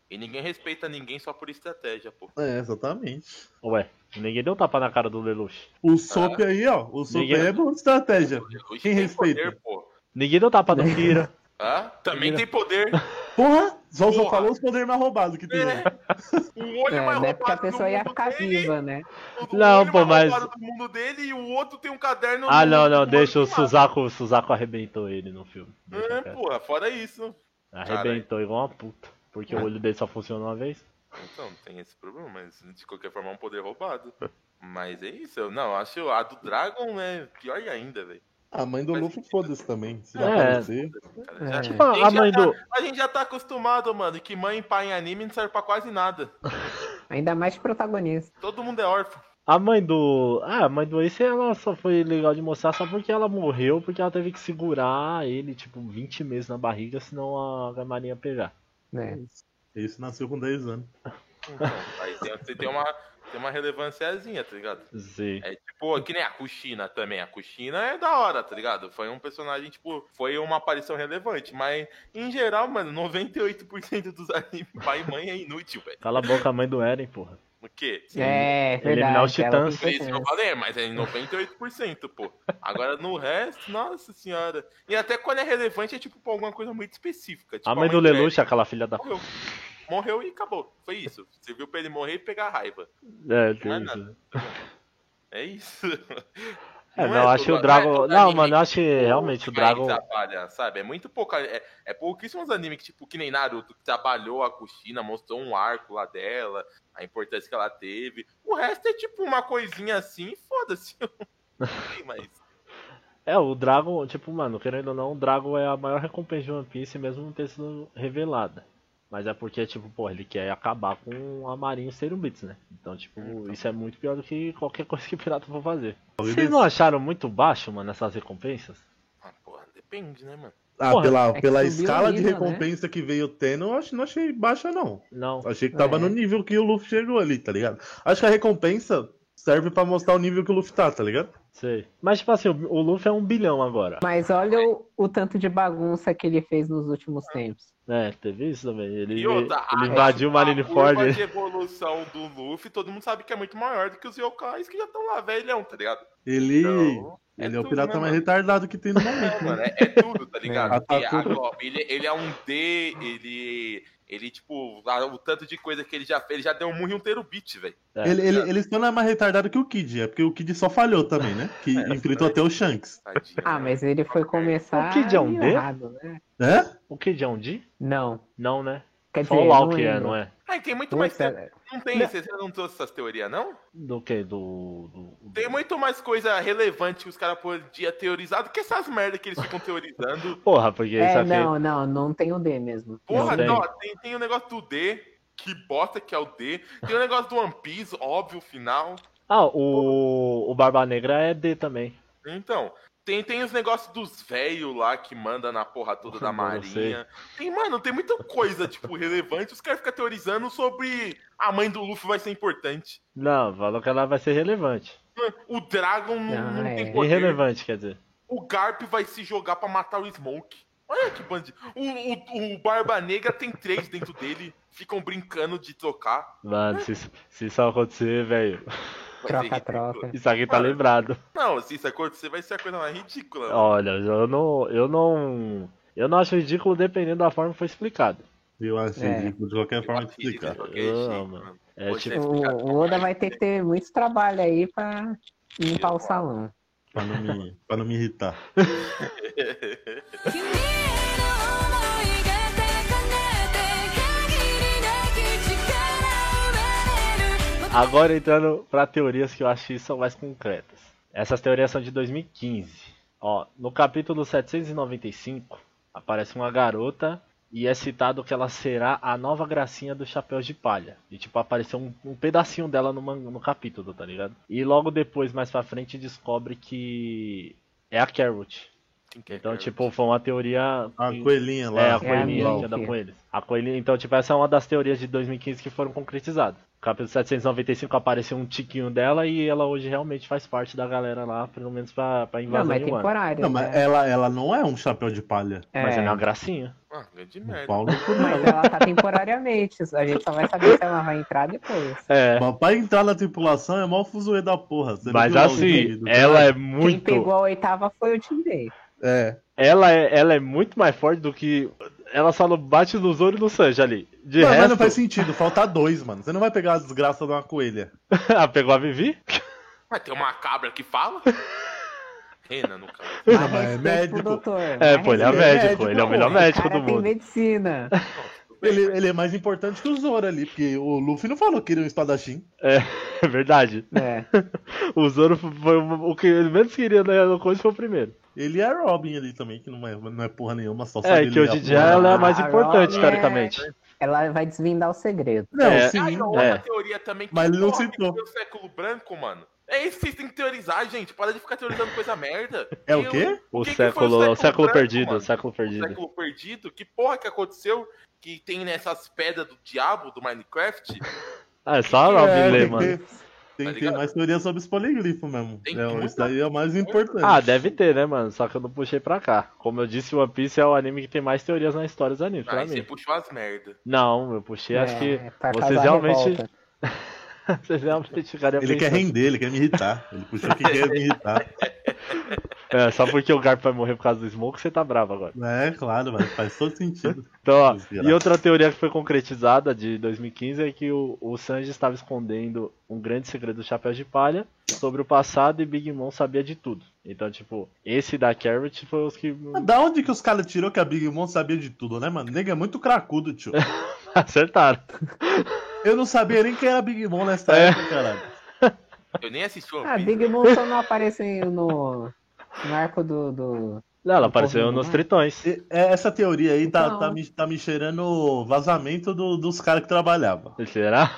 B: E ninguém respeita ninguém só por estratégia, pô.
D: É, exatamente.
C: Ué, ninguém deu tapa na cara do Lelouch.
D: O Sop
B: Ah,
D: aí, ó. O Sop
C: Ninguém-
D: aí é boa estratégia.
B: Hoje tem
D: Quem respeita?
B: poder, pô.
C: Ninguém deu tapa no Kira.
B: Hã? Também tem poder.
D: Porra! Só, só
B: Porra.
D: falou os poderes mais roubados que tem. né?
B: É. O olho
E: É,
B: mais
E: né? Porque a
B: roubado do
E: pessoa ia
B: mundo
E: ficar
B: dele,
E: viva, né?
B: o
C: Não,
B: olho
C: pô,
B: mais
C: mas-
B: roubado do mundo dele e o outro tem um caderno.
C: Ah,
B: no-
C: não, não,
B: no-
C: deixa o
B: no-
C: Suzaku. O Suzaku arrebentou ele no filme. Deixa,
B: É,
C: cara.
B: porra, fora isso.
C: Arrebentou igual uma puta. Porque o olho dele só funciona uma vez.
B: Então, tem esse problema, mas de qualquer forma é um poder roubado. Mas é isso, eu não, acho a do Dragon é pior ainda, velho.
D: A Ah, mãe do
B: Faz
D: Luffy,
B: sentido.
D: foda-se também. Se já
C: É.
D: aparecer.
B: Cara,
E: É.
B: já-
C: Tipo,
B: gente
C: a mãe
B: já
C: do.
B: tá- a gente já tá acostumado, mano, que mãe e pai em anime não serve pra quase nada.
E: Ainda mais protagonista.
B: Todo mundo é órfão.
C: A mãe do. Ah, a mãe do Ace, ela só foi legal de mostrar só porque ela morreu, porque ela teve que segurar ele, tipo, 20 meses na barriga, senão a Gamarinha ia pegar.
E: Né?
D: Isso nasceu com 10 anos.
B: Então, aí tem, você tem uma, tem uma relevânciazinha, tá ligado?
C: Z.
B: É tipo, que nem a Kushina também. A Kushina é da hora, tá ligado? Foi um personagem, tipo, foi uma aparição relevante. Mas, em geral, mano, 98% dos animes pai e mãe é inútil, velho.
C: Cala a boca, a mãe do Eren, porra.
B: O quê?
E: É, verdade.
C: Eliminar os
E: ela
C: titãs.
E: tem
B: É isso que eu
E: titãs.
B: falei, mas é em 98%, pô. Agora no resto, nossa senhora. E até quando é relevante é tipo pra alguma coisa muito específica. Tipo,
C: A mãe do
B: dele
C: Lelouch, aquela filha da.
B: Morreu. Morreu e acabou. Foi isso. Você viu pra ele morrer e pegar raiva.
C: É, tem
B: Mas
C: isso.
B: nada.
C: né?
B: É isso.
C: É,
B: Não
C: não, eu
B: é
C: acho que o
B: todo- não é
C: Dragon.
B: todo
C: Não,
B: anime
C: mano, eu
B: que
C: acho que É, realmente o
B: Mas
C: Dragon.
B: trabalha, sabe? É muito pouca. É, é pouquíssimos animes que, tipo, que nem Naruto, que trabalhou a Kushina, mostrou um arco lá dela, a importância que ela teve. O resto é tipo uma coisinha assim, foda-se. Não sei, Mas.
C: É, o Dragon, tipo, mano, querendo ou não, o Dragon é a maior recompensa de One Piece, mesmo não ter sido revelada. Mas é porque, tipo, pô, ele quer acabar com a Marinha e os Terubits, né? Então, tipo, isso é muito pior do que qualquer coisa que o pirata for fazer. Vocês não acharam muito baixo, mano, essas recompensas?
B: Ah, porra, depende, né, mano?
D: Ah,
C: Porra,
D: pela,
E: é que
D: pela
E: subiu o
D: escala de
E: nível, né?
D: recompensa que veio tendo, eu acho, não achei baixa, não.
C: Não.
D: Achei que tava
E: É.
D: no nível que o Luffy chegou ali, tá ligado? Acho que a recompensa serve pra mostrar o nível que o Luffy tá, tá ligado?
C: Sei. Mas, tipo assim, o o Luffy é um bilhão agora.
E: Mas olha o, o tanto de bagunça que ele fez nos últimos tempos.
C: É, teve isso também. Ele,
B: E outra,
C: ele
B: a-
C: invadiu o
B: A curva
C: Marineford.
B: de evolução do Luffy, todo mundo sabe que é muito maior do que os yokais que já estão lá, velhão, tá ligado?
D: Ele.
B: Então,
D: ele é, o
B: tudo,
D: pirata
B: né,
D: mais
B: mano?
D: retardado que tem no
B: É,
D: momento.
B: mano, é, é tudo, tá ligado?
D: É,
B: E
D: tá tudo.
B: agora, ele, ele é um D, ele. Ele, tipo, lá, o tanto de coisa que ele já fez, ele já deu um murro e um terubit, velho.
C: É.
D: Ele, ele, ele só não é mais retardado que o Kid, é porque o Kid só falhou também, né? Que enfrentou até o Shanks.
B: Tadinho.
E: Ah, mas ele foi começar
C: O Kid é um
E: meio
C: D?
E: errado, né?
D: Hã?
C: O que, John D?
E: Não.
C: Não, né?
E: Quer
C: Só
E: dizer,
C: o Lau
E: não
C: que é,
E: lembro.
C: não é?
B: Ai, tem muito mais.
E: Putz, é-
B: Não tem, vocês não trouxe essas teorias, não?
C: Do que? Do. do-
B: Tem muito mais coisa relevante que os caras podiam teorizar do que essas merdas que eles ficam teorizando.
C: Porra, porque isso
E: É,
C: aqui.
E: não, não, não tem o D mesmo.
B: Porra,
C: Não tem.
B: não, tem, tem o negócio do D, que bota que é o D. Tem o negócio do One Piece, óbvio, final.
C: Ah, o, o Barba Negra é D também.
B: Então, tem, tem os negócios dos velhos lá que manda na porra toda da
C: Eu não sei.
B: marinha. Tem, mano, tem muita coisa, tipo, relevante. Os caras ficam teorizando sobre a mãe do Luffy vai ser importante.
C: Não, falou que ela vai ser relevante.
B: O Dragon não,
E: Ah,
B: não tem
E: é.
B: poder.
C: Irrelevante, quer dizer.
B: O Garp vai se jogar pra matar o Smoke. Olha que bandido. O, o, o Barba Negra tem três dentro dele. Ficam brincando de trocar.
C: Mano, se, isso- se isso acontecer, velho,
B: Vai ser
E: Troca,
B: ridículo.
E: troca.
C: isso aqui tá
B: Mano.
C: lembrado.
B: Não, se isso acontecer, vai ser a coisa mais ridícula. mano.
C: Olha, eu não. Eu não. Eu não acho ridículo dependendo da forma que foi explicado.
D: Eu achei
E: É.
D: ridículo de qualquer
B: Eu
D: forma de
B: acho isso de
D: explicar.
B: qualquer
C: Eu
B: jeito,
C: amo.
B: mano.
C: É
B: Você
C: tipo.
B: fica-
E: O, o Oda vai ter que ter muito trabalho aí pra limpar o salão.
D: Pra não me, pra não me irritar.
G: 君への想いが高めて限りなき力生まれる
C: Agora entrando pra teorias que eu acho que são mais concretas. Essas teorias são de 2015. Ó, no capítulo 795 aparece uma garota e é citado que ela será a nova gracinha dos chapéus de palha. E tipo, apareceu um, um pedacinho dela no, man- no capítulo, tá ligado? E logo depois, mais pra frente, descobre que é a Carrot.
B: Quem quer,
C: Então,
B: cara?
C: tipo, foi uma teoria.
D: A
C: que-
D: coelhinha lá.
C: é, a
E: É a
C: coelhinha,
E: minha.
C: que é da coelha. A coelhinha, então, tipo, essa é uma das teorias de 2015 que foram concretizadas. No capítulo 795 apareceu um tiquinho dela e ela hoje realmente faz parte da galera lá, pelo menos pra, pra
E: Não,
C: invasão
E: mas é
C: de Wano.
E: temporário.
D: Não, mas
E: né?
D: ela, ela não é um chapéu de palha.
C: Mas
E: É,
C: ela é uma gracinha.
B: Ah, grande
D: O
B: merda.
D: Paulo
E: mas ela tá temporariamente. A gente só vai saber se ela vai entrar depois.
C: É,
D: Mas pra entrar na tripulação é mó fuzuê da porra. Você não
C: mas
D: viu lá o
C: assim,
D: vídeo do
C: ela
D: cara?
C: é
E: Quem
C: muito.
E: pegou a oitava foi o Tim Day.
D: É.
C: Ela é, ela é muito mais forte do que Ela só não bate no Zoro e no Sanji ali. De
D: Mano, mas
C: resto,
D: não faz sentido, falta dois, mano. Você não vai pegar a desgraça de uma coelha.
C: ah, pegou a Vivi?
B: Mas tem uma cabra que fala? Rena, no caso.
D: Ah, mas é
E: respeito pro
D: médico.
E: doutor,
C: É,
E: mas
C: pô, ele é
D: ele é
C: médico,
D: médico,
C: ele é o
D: pô.
C: melhor
D: O
E: respeito.
C: médico
E: O cara
C: do
E: tem
C: mundo.
E: medicina.
D: Ele, ele é mais importante que o Zoro ali, porque o Luffy não falou que ele é um espadachim.
C: É verdade.
E: É.
C: O Zoro foi o o que ele menos queria na coisa foi o primeiro.
D: Ele é Robin ali também, que não é, não é porra nenhuma, só sabe
C: É, que
D: ler a
C: hoje em dia
D: porra.
C: ela é a mais
E: Ah,
C: importante,
E: Robin é-
C: teoricamente.
E: Ela vai desvendar o segredo.
D: Não,
C: É.
D: sim.
B: Ah, e
C: é.
B: outra teoria também que
D: Mas ele não
B: porra,
D: citou.
B: que foi o século branco, mano. É isso que vocês têm que teorizar, gente. Para de ficar teorizando coisa merda.
D: É o
B: Eu-
D: quê?
C: O
B: que que foi
C: século, o século
B: branco,
C: perdido,
B: mano?
C: o século
B: O
C: perdido.
B: século perdido? Que porra que aconteceu que tem nessas pedras do diabo do Minecraft?
C: Ah, é só a Robin
D: É,
C: ler,
D: tem
C: mano.
D: que ter- Tem
B: Tá
D: que ter
B: ligado?
D: mais teoria sobre os poliglifos mesmo.
B: Tem
D: É,
B: muita
D: isso daí é o mais importante.
C: Ah, deve ter, né, mano? Só que eu não puxei pra cá. Como eu disse, One Piece é o anime que tem mais teorias na história dos animes, pra
B: Aí você
C: mim.
B: puxou as merda.
C: Não, eu puxei, acho
E: É,
C: que
E: pra
C: vocês
E: causar
C: realmente-
E: revolta.
C: vocês realmente ficariam
D: Ele quer
C: pensando.
D: render, ele quer me irritar. Ele puxou que quer me irritar.
C: É, só porque o Garp vai morrer por causa do Smoke, você tá bravo agora.
D: É, claro, mas faz todo sentido.
C: Então, ó,
D: Desgraça.
C: e outra teoria que foi concretizada de 2015 é que o, o Sanji estava escondendo um grande segredo do Chapéu de Palha sobre o passado e Big Mom sabia de tudo. Então, tipo, esse da Carrot foi os que.
D: Mas da onde que os caras tirou que a Big Mom sabia de tudo, né, mano? Nega é muito cracudo, tio.
C: Acertaram.
D: Eu não sabia nem quem era a Big Mom nessa
C: É.
D: época, caralho.
B: Eu nem assisti o
E: Ah, Big Mom só não aparece no, no arco do, do-
C: Não, ela
E: Não
C: apareceu
E: corre, não
C: nos
E: é?
C: tritões.
D: E- é, Essa teoria aí tá,
E: Então.
D: tá, me, tá me cheirando vazamento do- dos caras que trabalhavam.
C: Será?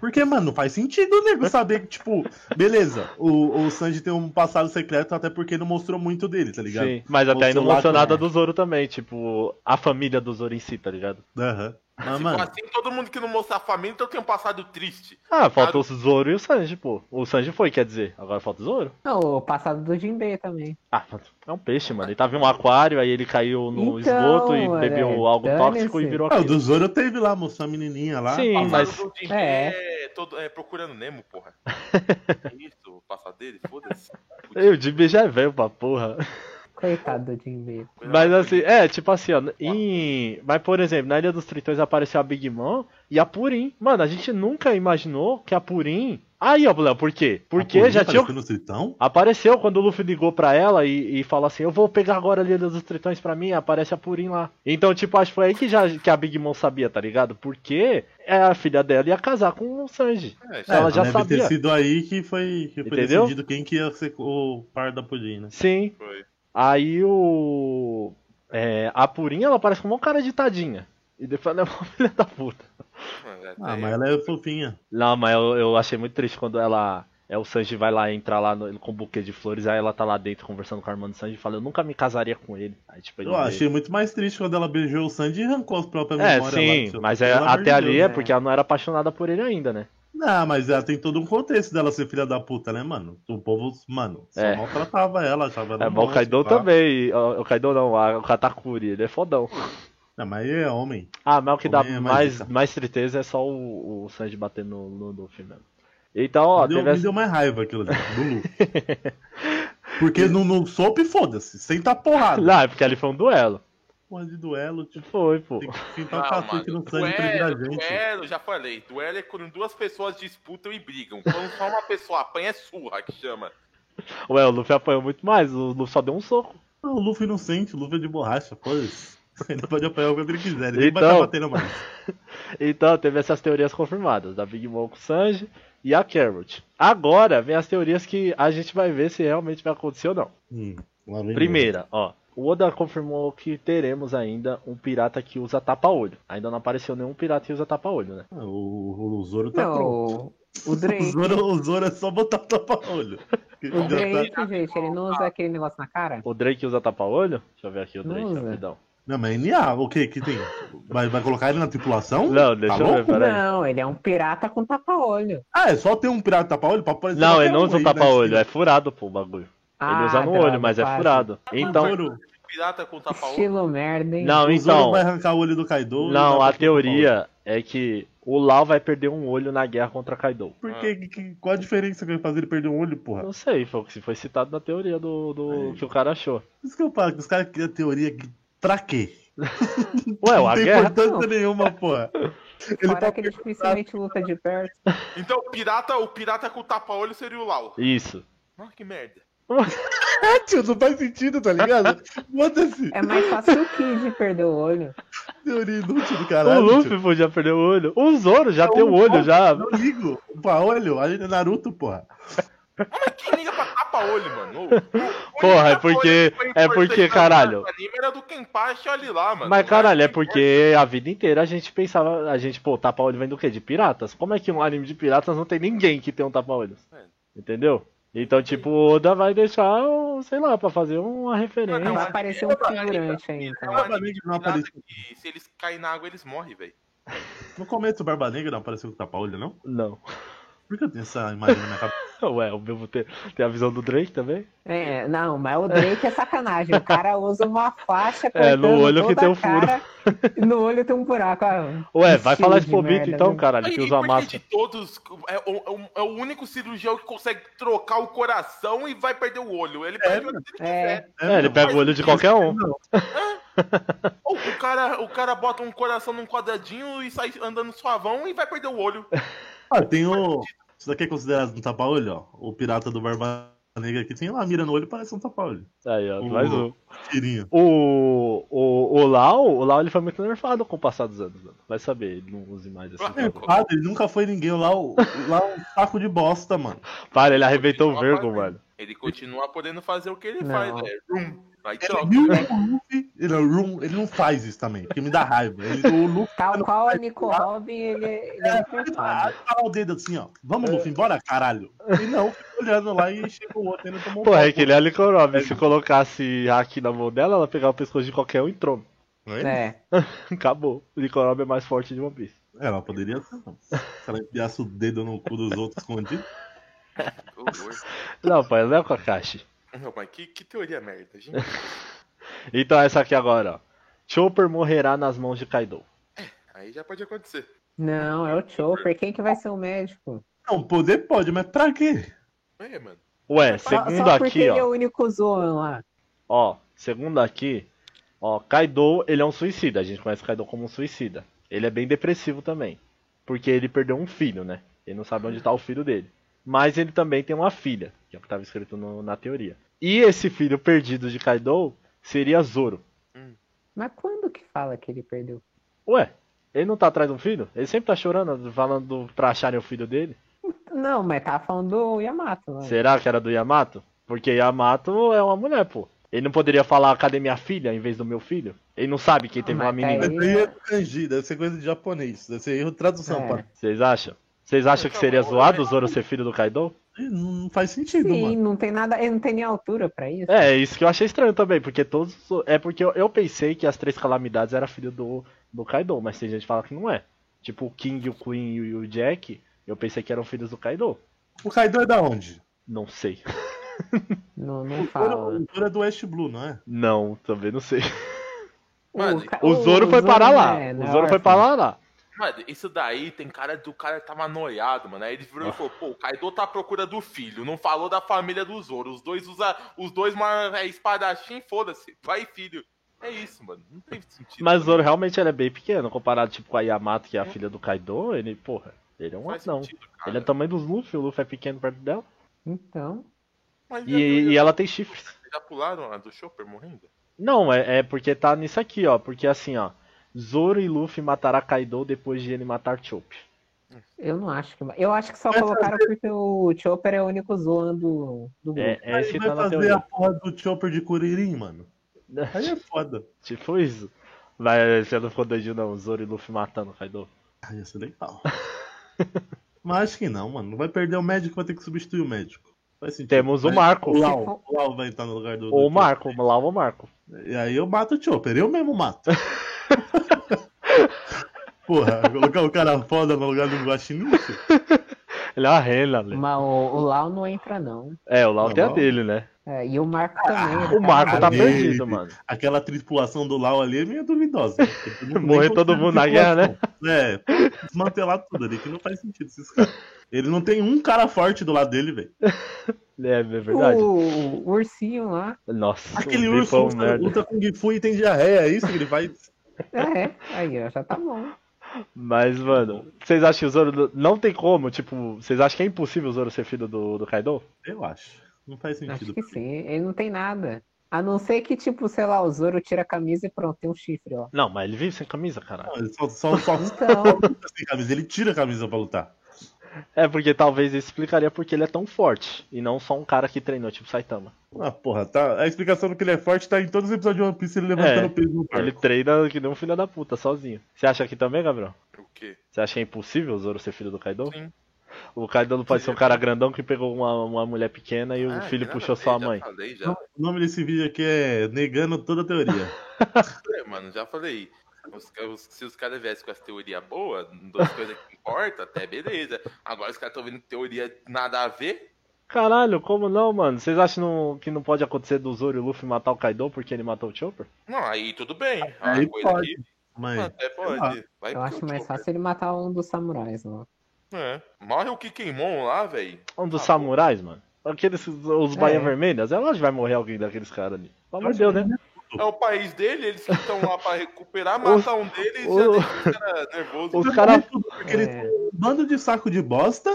D: Porque, mano, não faz sentido o nego saber que, tipo, beleza, o, o Sanji tem um passado secreto até porque não mostrou muito dele, tá ligado?
C: Sim. Mas até aí não
D: Mostrou lá
C: mostrou
D: como
C: nada
D: é.
C: do Zoro também. Tipo, a família do Zoro em si, tá ligado?
D: Aham. Mas,
B: Tipo
D: Ah, mano,
B: assim, todo mundo que não mostrar a família, então tem um passado triste.
C: Ah, falta o Zoro e o Sanji, pô. O Sanji foi, quer dizer. Agora falta o Zoro.
E: Não, o passado do Jinbei também.
C: Ah, mano, é um peixe, mano. Ele tava em um aquário, aí ele caiu no
E: Então,
C: esgoto e
E: mano,
C: bebeu
E: é,
C: algo
E: dane-se.
C: tóxico e virou
D: ah, o
C: aquilo.
D: do Zoro teve lá, moço, a menininha lá. Ah,
C: Sim,
B: O
D: passado.
C: mas-
B: passado do Jim
E: É.
B: é todo, é procurando Nemo, porra. É Isso, o passado dele, foda-se.
C: Eu, o Jimbe já é velho pra porra.
E: Coitado do Jinbei.
B: Coisa
C: Mas
B: mais
C: assim, é, tipo assim, ó. Em... Mas, por exemplo, na Ilha dos Tritões apareceu a Big Mom e a Purim. Mano, a gente nunca imaginou que a Purim. Aí, ó, Léo, por quê? Porque
D: A Purim
C: já tinha. um
D: apareceu no Tritão?
C: Apareceu quando o Luffy ligou pra ela e, e fala assim: Eu vou pegar agora a Ilha dos Tritões pra mim. Aparece a Purim lá. Então, tipo, acho que foi aí que, já, que a Big Mom sabia, tá ligado? Porque é, a filha dela ia casar com o Sanji.
B: É,
C: Então ela já
D: deve
C: sabia.
D: ter sido aí que foi, que foi
C: Entendeu?
D: decidido quem que ia ser o par da Pudim, né?
C: Sim,
B: foi.
C: Aí o. é, a Purinha ela parece como uma cara de tadinha. E depois ela é uma filha da puta.
B: Mano, é-
D: Ah, mas ela é fofinha.
C: Não, mas eu, eu achei muito triste quando ela. É, o Sanji vai lá entrar lá no- com um buquê de flores, aí ela tá lá dentro conversando com a irmã do Sanji e fala, eu nunca me casaria com ele. Aí, tipo, ele
D: Eu achei muito mais triste quando ela beijou o Sanji e arrancou as próprias
C: É,
D: memórias
C: sim,
D: lá. tio.
C: mas é-
D: Pelo amor
C: até
D: de
C: ali é
D: Deus. né?
C: porque ela não era apaixonada por ele ainda, né?
D: Não, mas ela tem todo um contexto dela ser filha da puta, né, mano? O povo, mano, só
C: É.
D: maltratava ela, achava ela
C: É,
D: um
C: mas o
D: monstro,
C: Kaido
D: pá.
C: também,
D: ah.
C: o o Kaido não, a- o Katakuri, ele é fodão.
D: Não, mas ele é homem.
C: Ah, mas o que dá
D: Homem é mais
C: mais,
D: rica.
C: mais tristeza é só o, o Sanji batendo no, no Luffy mesmo. Então, ó,
D: me, deu,
C: teve
D: me
C: essa-
D: deu mais raiva aquilo ali, do Luffy. Porque no, no soap, foda-se, senta a porrada.
C: Não, é porque ali foi um duelo.
D: Porra de duelo, tipo,
C: Foi, pô.
D: tem que
C: tá
B: Não,
C: um
D: sentar o cacete
B: Ah, mano, é,
D: no sangue pra virar
B: duelo,
D: gente.
B: duelo, já falei. Duelo é quando duas pessoas disputam e brigam. Quando só uma pessoa apanha, é surra que chama.
C: Ué, o Luffy apanhou muito mais, o Luffy só deu um soco.
D: Não, o Luffy não sente, o Luffy é de borracha, foda-se. Ele pode apanhar o quanto ele quiser, ele
C: Então.
D: vai estar batendo mais.
C: Então, teve essas teorias confirmadas, da Big Mom com o Sanji e a Carrot. Agora, vem as teorias que a gente vai ver se realmente vai acontecer ou não.
D: Hum, lá vem
C: Primeira, ó. O Oda confirmou que teremos ainda um pirata que usa tapa-olho. Ainda não apareceu nenhum pirata que usa tapa-olho, né?
D: ele. Ah, O, o Zoro tá pronto.
E: Não, o
D: O
E: Drake.
D: Zoro, o Zoro é só botar tapa-olho.
E: O
C: tá
D: tá-
E: Drake, gente, ele não usa aquele negócio na cara?
C: O Drake usa tapa-olho? Deixa eu ver aqui o
E: Não
C: Drake,
E: usa.
C: rapidão.
D: Não, mas NA, o que que tem? Vai, vai colocar ele na tripulação?
C: Não, deixa
D: tá
C: eu ver,
D: louco?
C: peraí.
E: Não, ele é um pirata com tapa-olho.
D: Ah, é só ter um pirata tapa-olho pra aparecer
C: Não,
D: qualquer
C: ele não
D: um
C: usa
D: aí
C: o
D: na
C: tapa-olho,
D: esquina.
C: é furado, pô, o bagulho. Ele
E: Ah,
C: usa no
E: droga,
C: olho, mas é
E: quase.
C: furado. Então,
D: Zoro,
B: Pirata com tapa
E: Estilo merda, hein?
C: não,
D: o Zoro
C: então...
D: vai arrancar o olho do Kaido.
C: Não,
D: e vai
C: a
D: botar tapa-olho.
C: teoria é que o Lau vai perder um olho na guerra contra Kaido.
D: Por quê? que? que- Qual a diferença que vai fazer ele perder um olho, porra?
C: Não sei, foi o que foi citado na teoria do, do
D: Aí.
C: que o cara achou.
D: Por isso que eu falo que os caras criam teoria que... pra quê?
C: Ué,
D: Não
C: a
D: tem
C: guerra.
D: importância nenhuma, porra. Ele
E: Fora
D: tá
E: que ele dificilmente luta de perto.
B: Então o pirata, o pirata com o tapa-olho seria o Lau.
C: Isso.
B: Nossa, que merda.
D: perto, não faz sentido, tá ligado? Foda-se,
E: É mais fácil o Kid perder o olho.
D: teoria inútil do
C: o
D: caralho.
C: Luffy pô, já perdeu o olho. O Zoro já tem o olho,
D: Zoro-
C: já.
D: tio. Não ligo. Pra olho, a gente é Naruto, porra.
B: Quem liga pra tapa-olho, mano? O único
C: Porra, é
B: tapa-olho
C: porque-
B: que foi
C: é porque,
B: importante
C: caralho.
B: no anime era do Kenpachi, olha lá, mano.
C: Mas caralho, é porque a vida inteira a gente pensava, a gente, pô, tapa-olho vem do quê? De piratas? Como é que um anime de piratas não tem ninguém que tem um tapa-olho?
B: É.
C: Entendeu? Então, tipo, o Oda vai deixar, um, sei lá, pra fazer uma referência.
B: Não,
E: Vai
B: mas-
E: aparecer um figurante aí,
B: É um
E: então.
B: anime de
D: Não
B: pirata
D: apareceu.
B: que se eles caem na água, eles morrem, velho.
D: No começo, o Barba Negra não apareceu com tapa-olho, não?
C: Não.
D: Por que eu tenho essa imagem na minha cabeça?
C: Ué, o mesmo tem, tem a visão do Drake também?
E: É, não, mas o Drake é sacanagem. O cara usa uma faixa
C: É, no
E: cortando
C: olho que
E: toda
C: tem
E: a
C: um furo.
E: cara, no olho tem um buraco. ah,
C: Ué,
E: Que
C: vai falar de
E: estilo de
C: Pobito
E: merda,
C: então,
E: viu?
C: caralho, que
B: Aí,
C: usa
B: por
C: máscara.
B: de todos, é o, é o- é o único cirurgião que consegue trocar o coração e vai perder o olho. Ele perde o olho.
E: É,
C: É, ele pega o olho de qualquer um.
B: O, o cara, o cara bota um coração num quadradinho e sai andando suavão e vai perder o olho.
D: Ah, tem o. Isso daqui é considerado um tapa-olho, ó. O pirata do Barba Negra aqui tem lá, a mira no olho, parece um tapa-olho.
C: Aí, ó,
D: O-
C: mais um.
D: Tirinho.
C: O, o, o Lau, o Lau ele foi muito nerfado com o passar dos anos, mano. Vai saber, ele não use mais assim.
B: É,
D: Ah, ele nunca foi ninguém lá, o- lá um saco de bosta, mano.
C: Para, ele arrebentou o
B: Continua
C: vergo,
B: fazendo.
C: mano.
B: Ele continua podendo fazer o que ele
E: Não.
B: faz, né? Rum. Aí
D: Ele é
B: troca.
D: mil e um Luffy, ele é Room, ele não faz isso também, porque me dá raiva. Ele, o Luffy
E: tal qual o Nico Robin, ele, ele é
D: ah,
E: perfado.
D: fala o dedo assim, ó. Vamos,
E: É.
D: Luffy, embora, caralho. E não, fica olhando lá e chega o outro e não tomou
C: Pô,
D: um
C: é
D: pau,
C: que ele é Licorobi. Se colocasse aqui na mão dela, ela pegava o pescoço de qualquer um e entrou.
E: É,
C: Acabou. O Licorobi é mais forte de One Piece.
D: É, ela poderia ser, não. Se ela enfiasse o dedo no cu dos outros escondido.
B: Que horror.
C: Não, pai, não é com a Kakashi.
B: Não, mas que, que teoria merda, gente.
C: Então essa aqui agora, ó. Chopper morrerá nas mãos de Kaido.
B: Aí já pode acontecer.
E: não, é o Chopper. Quem que vai ser o médico?
D: Não, poder pode, mas pra quê?
B: É, mano.
C: Ué,
E: Só-
C: segundo
E: só porque
C: aqui,
E: ele é
C: ó.
E: o único Zoan lá.
C: Ó, segundo aqui, ó, Kaido, ele é um suicida. A gente conhece Kaido como um suicida. Ele é bem depressivo também. Porque ele perdeu um filho, né? Ele não sabe onde tá o filho dele. Mas ele também tem uma filha, que é o que tava escrito no- na teoria. E esse filho perdido de Kaido seria Zoro.
E: Mas quando que fala que ele perdeu?
C: Ué, ele não tá atrás de um filho? Ele sempre tá chorando, falando pra acharem o filho dele.
E: Não, mas tava falando do Yamato né? lá.
C: Será que era do Yamato? Porque Yamato é uma mulher, pô. Ele não poderia falar cadê minha filha em vez do meu filho? Ele não sabe que teve
E: mas
C: uma
E: tá
C: menina.
E: aí.
D: Isso aí é do kanji, deve ser coisa de japonês. Deve ser erro de tradução,
E: É.
D: pá.
C: Vocês acham? Vocês acham
B: Então,
C: que seria zoado o
B: um
C: Zoro ser filho do Kaido?
D: Ih, Não faz sentido,
E: Sim,
D: mano.
E: não tem nada, ele não tem nem altura pra isso.
C: É, isso que eu achei estranho também, porque todos. É porque eu, eu pensei que as três calamidades eram filho do, do Kaido, mas tem gente que fala que não é. Tipo, o King, o Queen e o Jack, eu pensei que eram filhos do Kaido.
D: O Kaido é da onde?
C: Não sei.
E: Não, não
D: O
E: fala.
D: Zoro é do West Blue, não é?
C: Não, também não sei.
B: Mano,
E: Ca-
C: O Zoro foi parar
E: não
C: lá.
E: é, não
C: O
E: é
C: Zoro foi
E: órfão.
C: parar lá.
B: Mano, isso daí tem cara do cara que tava noiado, mano. Aí ele virou e falou, pô, o Kaido tá à procura do filho, não falou da família do Zoro. Os dois usa, os dois mano, é espadachim, foda-se. Vai, filho. É isso, mano. Não tem sentido.
C: Mas
B: mano.
C: o Zoro realmente ele é bem pequeno, comparado tipo com a Yamato, que é a filha do Kaido, ele, porra, ele é um
B: Faz
C: anão.
B: sentido, cara.
C: Ele é do tamanho dos Luffy, o Luffy é pequeno perto dela.
E: Então,
B: Mas já-
C: E, é e ela tem chifres.
B: já pularam a do Chopper morrendo?
C: Não, é, é porque tá nisso aqui, ó. Porque assim, ó. Zoro e Luffy matará Kaido depois de ele matar Chopper.
E: eu não acho que. Eu acho que só colocaram porque o Chopper é o único Zoan do, do grupo.
C: É, é isso que
D: Aí vai
C: tá na
D: fazer a
C: teoria.
D: porra do Chopper de Kuririn, mano. Aí é foda.
C: tipo isso. Mas você não ficou doidinho não, Zoro e Luffy matando Kaido.
D: Ah, ia ser legal. Mas acho que não, mano. Não vai perder o médico, vai ter que substituir o médico. Faz sentido.
C: Temos o
D: Aí
C: Marco.
D: O Lau, o Lau vai entrar no lugar do.
C: Ou o
D: do
C: Marco, lá o Marco.
D: Chopper. E aí eu mato o Chopper, eu mesmo mato. Porra, colocar o cara foda no lugar do guaxinim.
C: Ele é uma rena, né?
E: Mas o, o Lau não entra, não.
C: É, o Lau tem a
D: Não.
C: dele, né?
E: É, e o Marco também. ele
C: O Marco tá
E: parado.
D: dele.
C: perdido, mano.
D: Aquela tripulação do Lau ali é meio duvidosa.
C: Morrer todo mundo na guerra,
D: né? É, desmantelar tudo ali, que não faz sentido esses caras. Ele não tem um cara forte do lado dele, velho.
C: É, é verdade.
E: O, o ursinho lá.
C: Nossa,
D: Aquele
C: o Bill
D: urso
C: foi um
D: luta,
C: merda.
D: luta com Kung Fu e tem diarreia, é isso que ele vai.
E: É, aí, ó, já tá bom.
C: Mas, mano, vocês acham que o Zoro não tem como? Tipo, vocês acham que é impossível o Zoro ser filho do, do Kaido?
D: Eu acho. Não faz
E: Acho
D: sentido.
E: que sim. Ele não tem nada. A não ser que, tipo, sei lá, o Zoro tira a camisa e pronto, tem um chifre lá.
C: Não, mas ele vive sem camisa, caralho.
D: Não, ele só, só, só luta
E: Então,
D: sem camisa. Ele tira a camisa pra lutar.
C: É porque talvez isso explicaria porque ele é tão forte e não só um cara que treinou, tipo Saitama.
D: Ah, porra, tá. A explicação do que ele é forte tá em todos os episódios de One Piece ele levantando
C: É,
D: o peso no
C: Ele
D: barco.
C: treina que nem um filho da puta, sozinho. Você acha que também, Gabriel?
B: O quê?
C: Você acha que é impossível o Zoro ser filho do Kaido?
B: Sim.
C: O Kaido não pode ser um cara grandão que pegou uma, uma mulher pequena e o
B: Ah,
C: filho
B: que nada
C: puxou
B: a ver,
C: sua mãe.
B: Já tá- falei, já.
D: O nome desse vídeo aqui é Negando toda a teoria.
B: É, mano, já falei. Os ca- os- se os caras viessem com as teorias boas, duas coisas que importam, até beleza. Agora os caras estão vendo teoria nada a ver.
C: Caralho, como não, mano? Vocês acham não- que não pode acontecer do Zoro e o Luffy matar o Kaido porque ele matou o Chopper?
B: Não, aí tudo bem. É uma
D: Aí
B: coisa
D: pode.
B: que
D: Mas.
B: até
D: lá.
B: pode. Vai
E: eu acho
B: pro-
E: mais fácil ele matar um dos samurais lá.
B: É. Morre o Kikimon lá, velho.
C: Um dos
B: Ah,
C: samurais, mano? Aqueles, os
E: É.
C: Baía Vermelhas? É lógico que vai morrer alguém daqueles caras ali. Pelo amor de Deus, né?
B: É o país dele, eles que estão lá pra recuperar, matar um deles e já
C: o-
B: deixa o cara nervoso.
C: Os caras
D: Aquele
E: É.
D: um bando de saco de bosta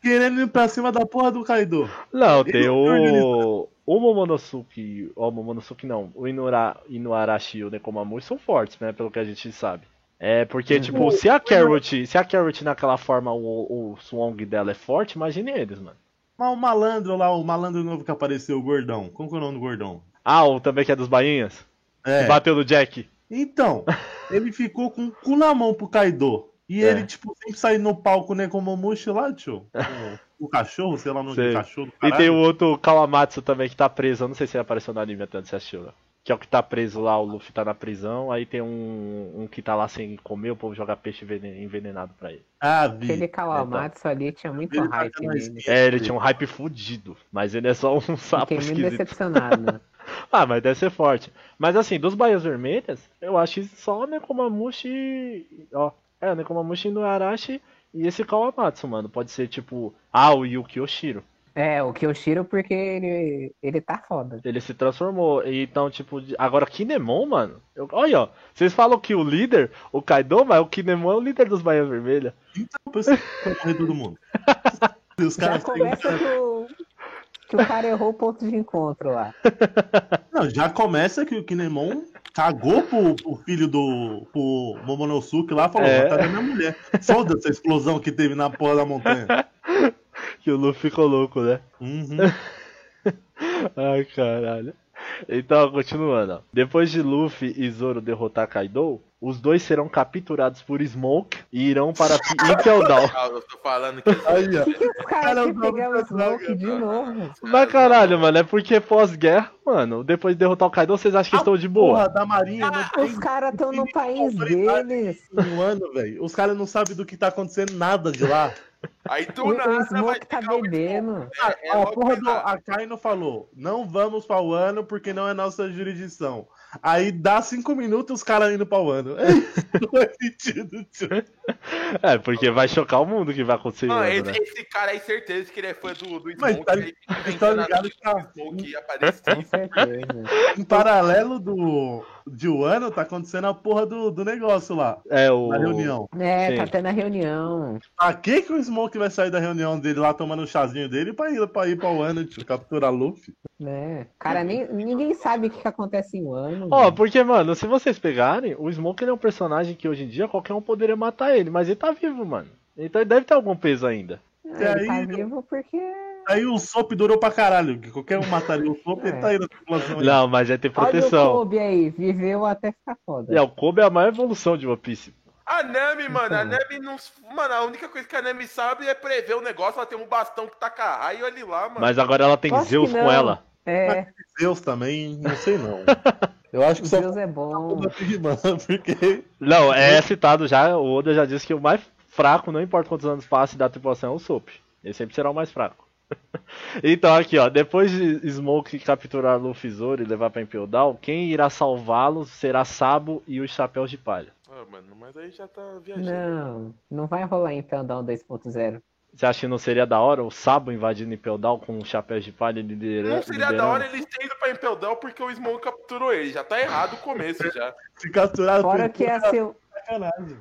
D: querendo ir pra cima da porra do Kaido.
C: Não,
D: Ele
C: tem
D: não
C: o. O Momonosuke. O Momonosuke não. O Inura, Inuarashi e o Nekomamui são fortes, né? Pelo que a gente sabe. É
D: Uhum.
C: porque, tipo, se a Carrot. Se a Carrot naquela forma, o, o Swong dela é forte, imagine eles, mano.
D: Mas o malandro lá, o malandro novo que apareceu, o gordão. Como que é o nome do gordão?
C: Ah, o também que é dos Bainhas?
D: É.
C: Que bateu no Jack.
D: Então, ele ficou com o cu na mão pro Kaido. E
C: É.
D: ele, tipo, sempre saindo no palco, né, como o Mushi lá, tio. O, o cachorro, sei lá o nome
C: Sei.
D: do cachorro.
C: E
D: caralho.
C: tem o outro Kawamatsu também que tá preso. Eu não sei se ele apareceu no anime até onde você assistiu, né? Que é o que tá preso lá, o Luffy tá na prisão. Aí tem um, um que tá lá sem comer, o povo joga peixe envenen- envenenado pra ele.
D: Ah, vi.
E: Aquele Kawamatsu ali tinha muito
D: Ele tá
E: hype
D: com a
E: nele.
D: espinha.
C: É, ele tinha um hype fudido, mas ele é só um sapo
E: Fiquei muito
C: esquisito.
E: decepcionado. né?
C: Ah, mas deve ser forte. Mas assim, dos Baias Vermelhas, eu acho que só o Nekomamushi. Ó, é, o Nekomamushi no Arashi e esse Kawamatsu, mano. Pode ser tipo. Ah, o Yuki Oshiro.
E: É, o Kyoshiro porque ele, ele tá foda.
C: Ele se transformou. E Então, tipo. de- Agora, Kinemon, mano. Eu... Olha, ó. Vocês falam que o líder, o Kaido, mas o Kinemon é o líder dos Baias Vermelhas.
D: Então, por isso que vai morrer todo mundo. E os
E: Já
D: caras têm-
E: começa que o, que o cara errou o ponto de encontro lá.
D: Não, já começa que o Kinemon cagou pro, pro filho do pro Momonosuke lá, falou,
C: É.
D: "Ó, tá vendo minha mulher. Solda essa explosão que teve na porra da montanha.
C: Que o Luffy ficou louco, né?
D: Uhum.
C: Ai, caralho. Então, continuando. ó. Depois de Luffy e Zoro derrotar Kaido, os dois serão capturados por Smoke e irão para P- Impel Down.
B: Ah, eu tô falando que.
D: Aí, ó.
E: Por que os
D: Cara,
E: caras
D: eu
E: que
D: não
E: pegaram o
D: vou falar,
E: Smoke de novo?
C: Mas caralho, mano, é porque pós-guerra, mano, depois de derrotar o Kaido, vocês acham que estão de boa?
D: Porra da
E: Ah,
D: marinha não
E: Os caras estão no país
D: autoridade.
E: deles.
D: tem um ano, velho. Os caras não sabem do que tá acontecendo nada de lá.
B: Aí
E: O,
B: do
E: o
B: nada vai
E: Smoke tá
B: ficar o-
E: bebendo.
B: É, é
D: Ó, a
B: logo
D: porra
B: mais
D: do
B: nada.
D: a Kaino falou: não vamos pra Wano porque não é nossa jurisdição. Aí dá cinco minutos os caras indo pra Wano. É isso, não faz sentido, tio.
C: É, porque vai chocar o mundo que vai acontecer.
B: Não,
C: mano,
B: esse,
C: né?
B: esse cara aí, certeza que ele é fã do, do
D: Mas
B: Smoke.
D: tá-
B: ele fica
D: tá
B: inventando
D: ligado que tá
B: Smoke e aparecer.
E: Com certeza.
D: em paralelo do de Wano tá acontecendo a porra do, do negócio lá.
C: É o.
D: Da reunião.
E: É, tá
C: Sim.
E: tendo a reunião.
D: Pra que que o Smoke vai sair da reunião dele lá tomando um chazinho dele pra ir pra, ir pra Wano, tio, capturar Luffy?
E: Né? Cara, nem, ninguém sabe o que, que acontece em um ano.
C: Ó, porque, mano, se vocês pegarem, o Smoke ele é um personagem que hoje em dia qualquer um poderia matar ele, mas ele tá vivo, mano. Então ele deve ter algum peso ainda.
E: Ah,
D: e
E: ele
D: aí?
E: tá vivo porque.
D: Aí o Sop durou pra caralho, que qualquer um mataria o Sop, ele tá aí na tripulação. aí.
C: Não, mas é ter
E: Olha o
C: proteção.
E: Kobe aí, viveu até ficar foda.
C: É, o Kobe é a maior evolução de One Piece.
B: A Nami, mano, a Nami não. Mano, a única coisa que a Nami sabe é prever o negócio. Ela tem um bastão que taca raio e olha lá, mano.
C: Mas agora ela tem
E: Posso que
C: Zeus com
E: não.
C: ela.
E: É,
D: Deus também, não sei não. Eu acho que só
E: Deus é bom.
D: da Big Man, porque
C: Não, é citado já, o Oda já disse que o mais fraco, não importa quantos anos passe da tripulação, é o Soap. Ele sempre será o mais fraco. então, aqui, ó. Depois de Smoke capturar Luffy Zoro e levar pra Impel Down, quem irá salvá-los será Sabo e os Chapéus de Palha.
B: Ah, mano, mas aí já tá viajando.
E: Não, não vai rolar então Down 2.0.
C: Você acha que não seria da hora o Sabo invadindo Impel Down com os Chapéus de Palha e lidera- liderando?
B: Não seria da hora eles terem ido pra Impel Down porque o Smoke capturou ele. Já tá errado o começo já.
D: Se capturar
E: Fora que é assim, ia ser, um
D: sacanagem.